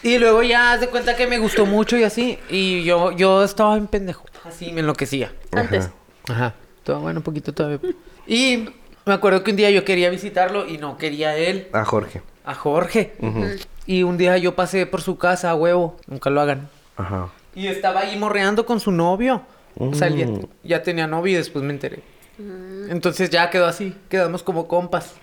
Y luego ya haz de cuenta que me gustó mucho y así. Y yo, yo estaba en pendejo. Así me enloquecía. Antes. Ajá. Todo bueno, un poquito todavía. Y me acuerdo que un día yo quería visitarlo y no quería a él, A Jorge. a Jorge. Ujú. Y un día yo pasé por su casa a huevo. Nunca lo hagan. Ajá. Y estaba ahí morreando con su novio. O sea, él ya, Mm. ya tenía novio y después me enteré. Mm. Entonces ya quedó así. Quedamos como compas.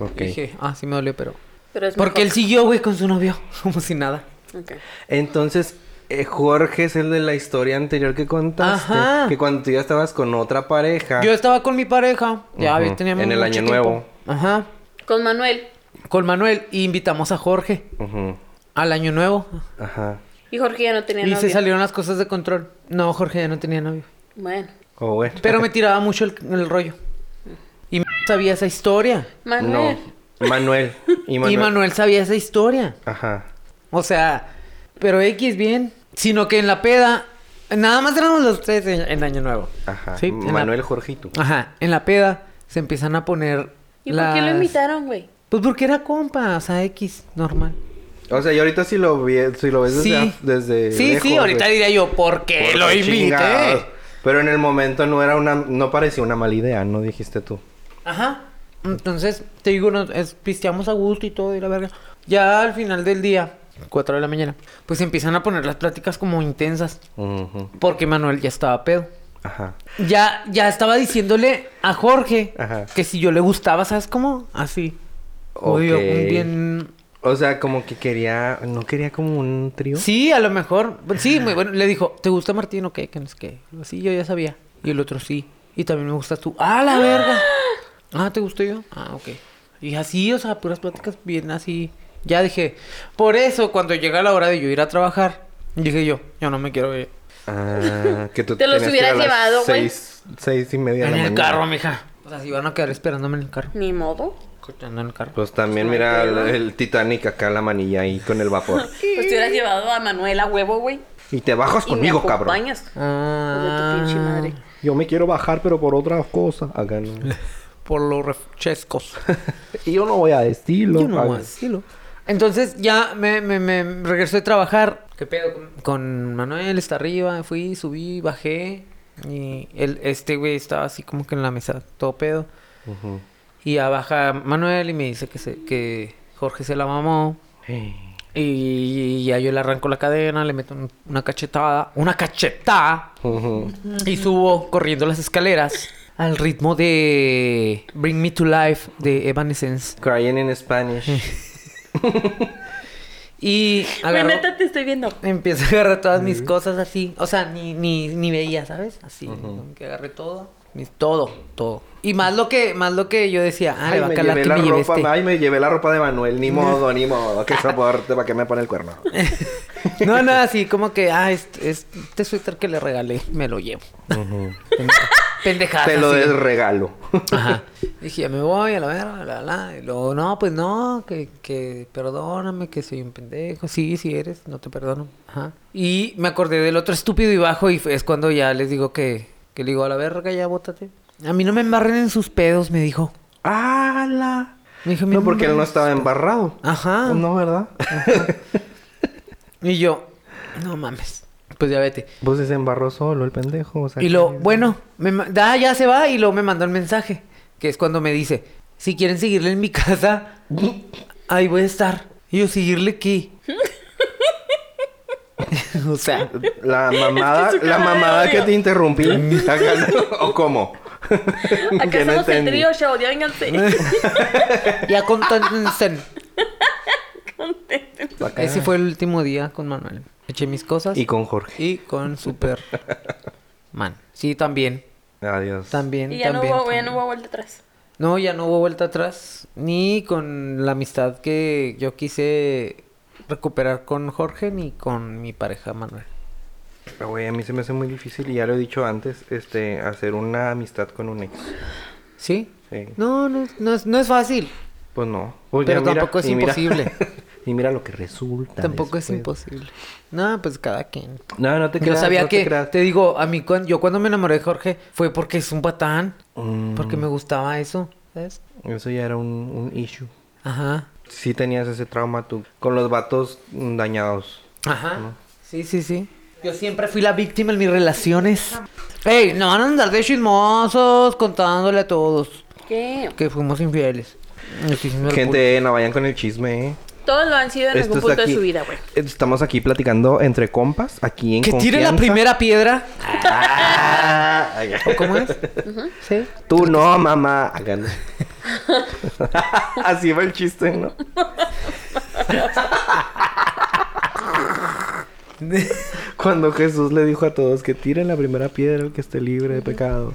Ok. Dije, ah, sí me dolió, pero. Pero es Porque él mejor. siguió, güey, con su novio, como si nada. Ok. Entonces, eh, Jorge es el de la historia anterior que contaste. Ajá. Que cuando tú ya estabas con otra pareja. Yo estaba con mi pareja, ya Ah. Ujú. teníamos. En el mucho año tiempo. nuevo. Ajá. Con Manuel. Con Manuel, y invitamos a Jorge Ujú. al año nuevo. Ajá. Y Jorge ya no tenía Y novio. se salieron las cosas de control. No, Jorge ya no tenía novio. Bueno. Oh, bueno. Pero me tiraba mucho el, el rollo. Y m- sabía esa historia. Manuel. No. Manuel. Y Manuel. Y Manuel sabía esa historia. Ajá. O sea, pero X bien. Sino que en la peda, nada más éramos los tres en, en Año Nuevo. Ajá. Sí, en la- Manuel Jorgito. Ajá, en la peda se empiezan a poner. ¿Y por qué lo las- invitaron, güey? Pues porque era compa, o sea, X, normal. O sea, y ahorita si lo, vi- si lo ves Pues desde, af- desde sí, lejos, sí, ahorita güey. diría yo, ¿por qué Porque Eh, lo invité? chingados. Pero en el momento no era una... No parecía una mala idea, ¿no? Dijiste tú. Ajá. Entonces, te digo, nos es- pisteamos a gusto y todo, y la verga. Ya al final del día, 4 de la mañana, pues empiezan a poner las pláticas como intensas. Ujú. Porque Manuel ya estaba pedo. Ajá. Ya, ya estaba diciéndole a Jorge Ajá. que si yo le gustaba, ¿sabes cómo? Así. Odio, Ok. un bien. O sea, como que quería... ¿No quería como un trío? Sí, a lo mejor. Sí, muy bueno. Le dijo, ¿te gusta Martín o qué? Que no es que. Sí, yo ya sabía. Y el otro sí. Y también me gustas tú. ¡Ah, la verga! Ah, ¿te gusto yo? Ah, ok. Y así, o sea, puras pláticas bien así. Ya dije. Por eso, cuando llega la hora de yo ir a trabajar, dije yo, yo no me quiero ir. Ah, que tú Te los tenías que ir a hubieras las llevado, güey. Seis, seis y media de En la el mañana. carro, mija. O sea, si van a quedar esperándome en el carro. Ni modo. Escuchando en el carro. Pues también mira el, el Titanic acá, la manilla ahí con el vapor. Pues te hubieras llevado a Manuel a huevo, güey. y te bajas Y me conmigo, cabrón. acompañas. Hijo de tu Ah. pinche madre. Yo me quiero bajar, pero por otras cosas. Acá no. Por los refrescos. Y yo no voy a decirlo. Yo no acá. más. Entonces ya me, me, me regresé a trabajar. ¿Qué pedo? Con, con Manuel está arriba, fui, subí, bajé. Y el, este güey estaba así como que en la mesa, todo pedo. Ujú. Y ya baja Manuel y me dice que, se, que Jorge se la mamó. Y, ya yo le arranco la cadena, le meto un- una cachetada. ¡Una cachetada! Ujú. Y subo corriendo las escaleras al ritmo de Bring Me to Life de Evanescence. Crying in Spanish. Y agarro- Güey, neta, te estoy viendo. Empiezo a agarrar todas mis cosas así. O sea, ni, ni, ni veía, ¿sabes? Así. como Que agarré todo. mis- todo, todo. Y más lo que, más lo que yo decía, ah, le Ay, va a me calar llevé que la me llevé ropa, este. ay, me llevé la ropa de Manuel. Ni modo, ni modo. Que soporte, ¿para qué me pone el cuerno? No, no, así como que, ah, este, este suéter que le regalé, me lo llevo. Pendejada. Te lo así. desregalo. Ajá. Dije, ya me voy a la verga, la, la. Y luego, no, pues no, que, que perdóname, que soy un pendejo. Sí, sí eres, no te perdono. Ajá. Y me acordé del otro estúpido y bajo y fue- es cuando ya les digo que, que le digo, a la verga, ya bótate. A mí no me embarren en sus pedos, me dijo. ¡Hala! Me dijo, "A mí No, porque me él no embarren". estaba embarrado. Ajá. No, ¿verdad? Y yo, no mames. Pues ya vete. Pues se embarró solo el pendejo. O sea, Y que- lo, bueno, me ma- da, ya se va y luego me mandó el mensaje, que es cuando me dice, si quieren seguirle en mi casa, ahí voy a estar. Y yo, ¿seguirle aquí o sea, La mamada, Es que su la cara de mamada odio. que te interrumpí. Acá no- ¿O cómo? Acá Que no estamos el entendí. trío show, ya vénganse. ya conténtense. Acá. Ese fue el último día con Manuel. Eché mis cosas Y y, con Jorge. con Superman. Sí, también, Adiós. también, Y ya no también, hubo, ya también. no hubo vuelta atrás. No, ya no hubo vuelta atrás, ni con la amistad que yo quise recuperar con Jorge ni con mi pareja Manuel. Ah, Güey, a mí se me hace muy difícil, y ya lo he dicho antes, este, hacer una amistad con un ex. ¿Sí? Sí. No, no, es- no es, no es fácil. Pues no. Pues Pero ya mira, tampoco es y mira- imposible. y mira lo que resulta. Tampoco es después. imposible. No, pues cada quien. No, no te Yo creas. sabía no que, Te creas. te digo, a mí, cuan- yo cuando me enamoré de Jorge fue porque es un patán, Mm, porque me gustaba eso, ¿sabes? Eso ya era un, un issue. Ajá. Sí tenías ese trauma tú, con los vatos mm, dañados. Ajá. Ah. Sí, sí, sí. Yo siempre fui la víctima en mis relaciones. Ey, no van a andar de chismosos contándole a todos ¿Qué? que fuimos infieles. Estoy diciendo el puro- Gente, no vayan con el chisme, ¿eh? Todos lo han sido en Esto algún es punto aquí- de su vida, güey. Estamos aquí platicando entre compas, aquí en Que tire la confianza. primera piedra. Ah, ay, ¿O cómo es? Sí. Tú no, mamá. Acá no. Así va el chiste, ¿no? Cuando Jesús le dijo a todos que tiren la primera piedra el que esté libre de pecado.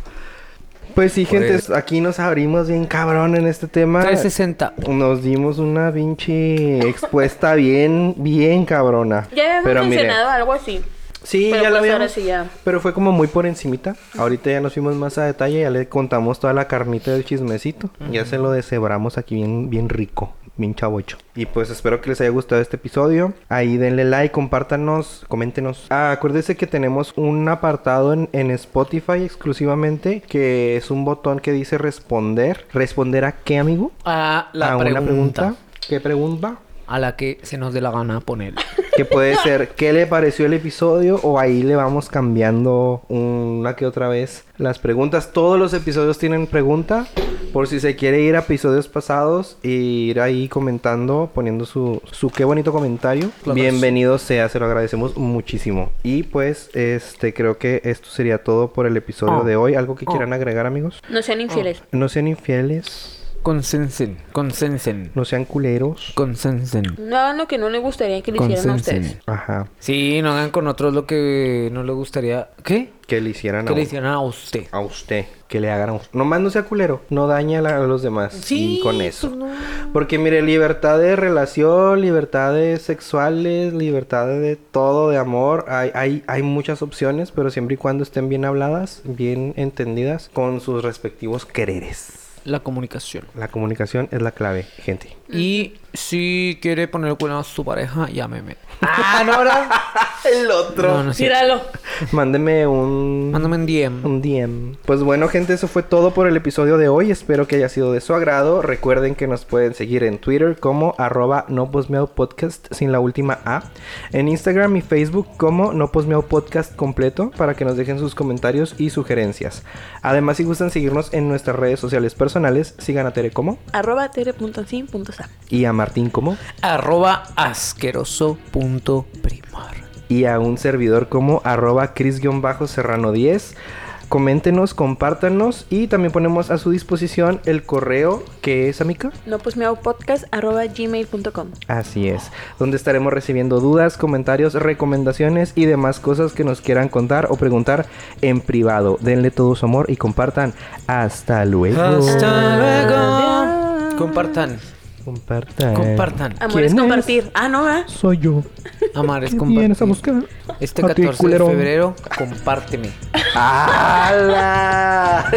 Pues sí, gente, aquí nos abrimos bien cabrón en este tema. 360. Nos dimos una pinche expuesta bien, bien cabrona. Ya habíamos Pero miren, mencionado algo así. sí, pero ya la pues ahora habíamos. sí ya. Pero fue como muy por encimita. Ahorita ya nos fuimos más a detalle, ya le contamos toda la carnita del chismecito. Ya se lo deshebramos aquí bien, bien rico, bien chavocho. Y pues espero que les haya gustado este episodio. Ahí denle like, compártanos, coméntenos. Ah, acuérdense que tenemos un apartado en, en Spotify exclusivamente que es un botón que dice responder. ¿Responder a qué, amigo? A la a pregunta, ¿Qué pregunta? A la que se nos dé la gana poner. Que puede ser, ¿qué le pareció el episodio? O ahí le vamos cambiando una que otra vez las preguntas. Todos los episodios tienen pregunta. Por si se quiere ir a episodios pasados e ir ahí comentando, poniendo su, su qué bonito comentario. Claro. Bienvenido sea, se lo agradecemos muchísimo. Y pues, este, creo que esto sería todo por el episodio Oh. de hoy. ¿Algo que Oh. quieran agregar, amigos? No sean infieles. No sean infieles, Consensen, consensen, no sean culeros. consensen, No hagan lo que no les gustaría que le hicieran a ustedes. consensen. Ajá, Sí, no hagan con otros lo que no les gustaría. ¿Qué? que le hicieran Que a le un- hicieran a usted. a usted que le hagan a usted. Nomás no sea culero, no daña la- a los demás. Sí, y con eso. pues no. Porque mire, libertad de relación, libertades sexuales, libertad de todo, de amor. Hay, hay, hay muchas opciones, pero siempre y cuando estén bien habladas, bien entendidas, con sus respectivos quereres. la comunicación. La comunicación es la clave, gente. Y si quiere poner el cuerno a su pareja, llámeme. Ah, no, ¿verdad? El otro. No, no es cierto. Tíralo. Mándeme un... Mándame un DM. Un DM. Pues bueno, gente, eso fue todo por el episodio de hoy. Espero que haya sido de su agrado. Recuerden que nos pueden seguir en Twitter como arroba no posmeo podcast sin la última A. En Instagram y Facebook como no posmeo podcast completo para que nos dejen sus comentarios y sugerencias. Además, si gustan seguirnos en nuestras redes sociales personales, sigan a Tere como Arroba tere.sin.sa. y a Martín como Arroba asqueroso.primar. y a un servidor como arroba cris-serrano10. Coméntenos, compártanos y también ponemos a su disposición el correo que es amica. No, pues me hago podcast arroba gmail.com. Así es, donde estaremos recibiendo dudas, comentarios, recomendaciones y demás cosas que nos quieran contar o preguntar en privado. Denle todo su amor y compartan. Hasta luego. Hasta luego. Compartan, Compartan. compartan. Amor ¿Quién es es? compartir. Ah, no, ¿verdad? Soy yo. Amar es ¿Qué vienes a compartir. buscar? Este A ti, 14 de Ah, culero. febrero, compárteme. ¡Hala!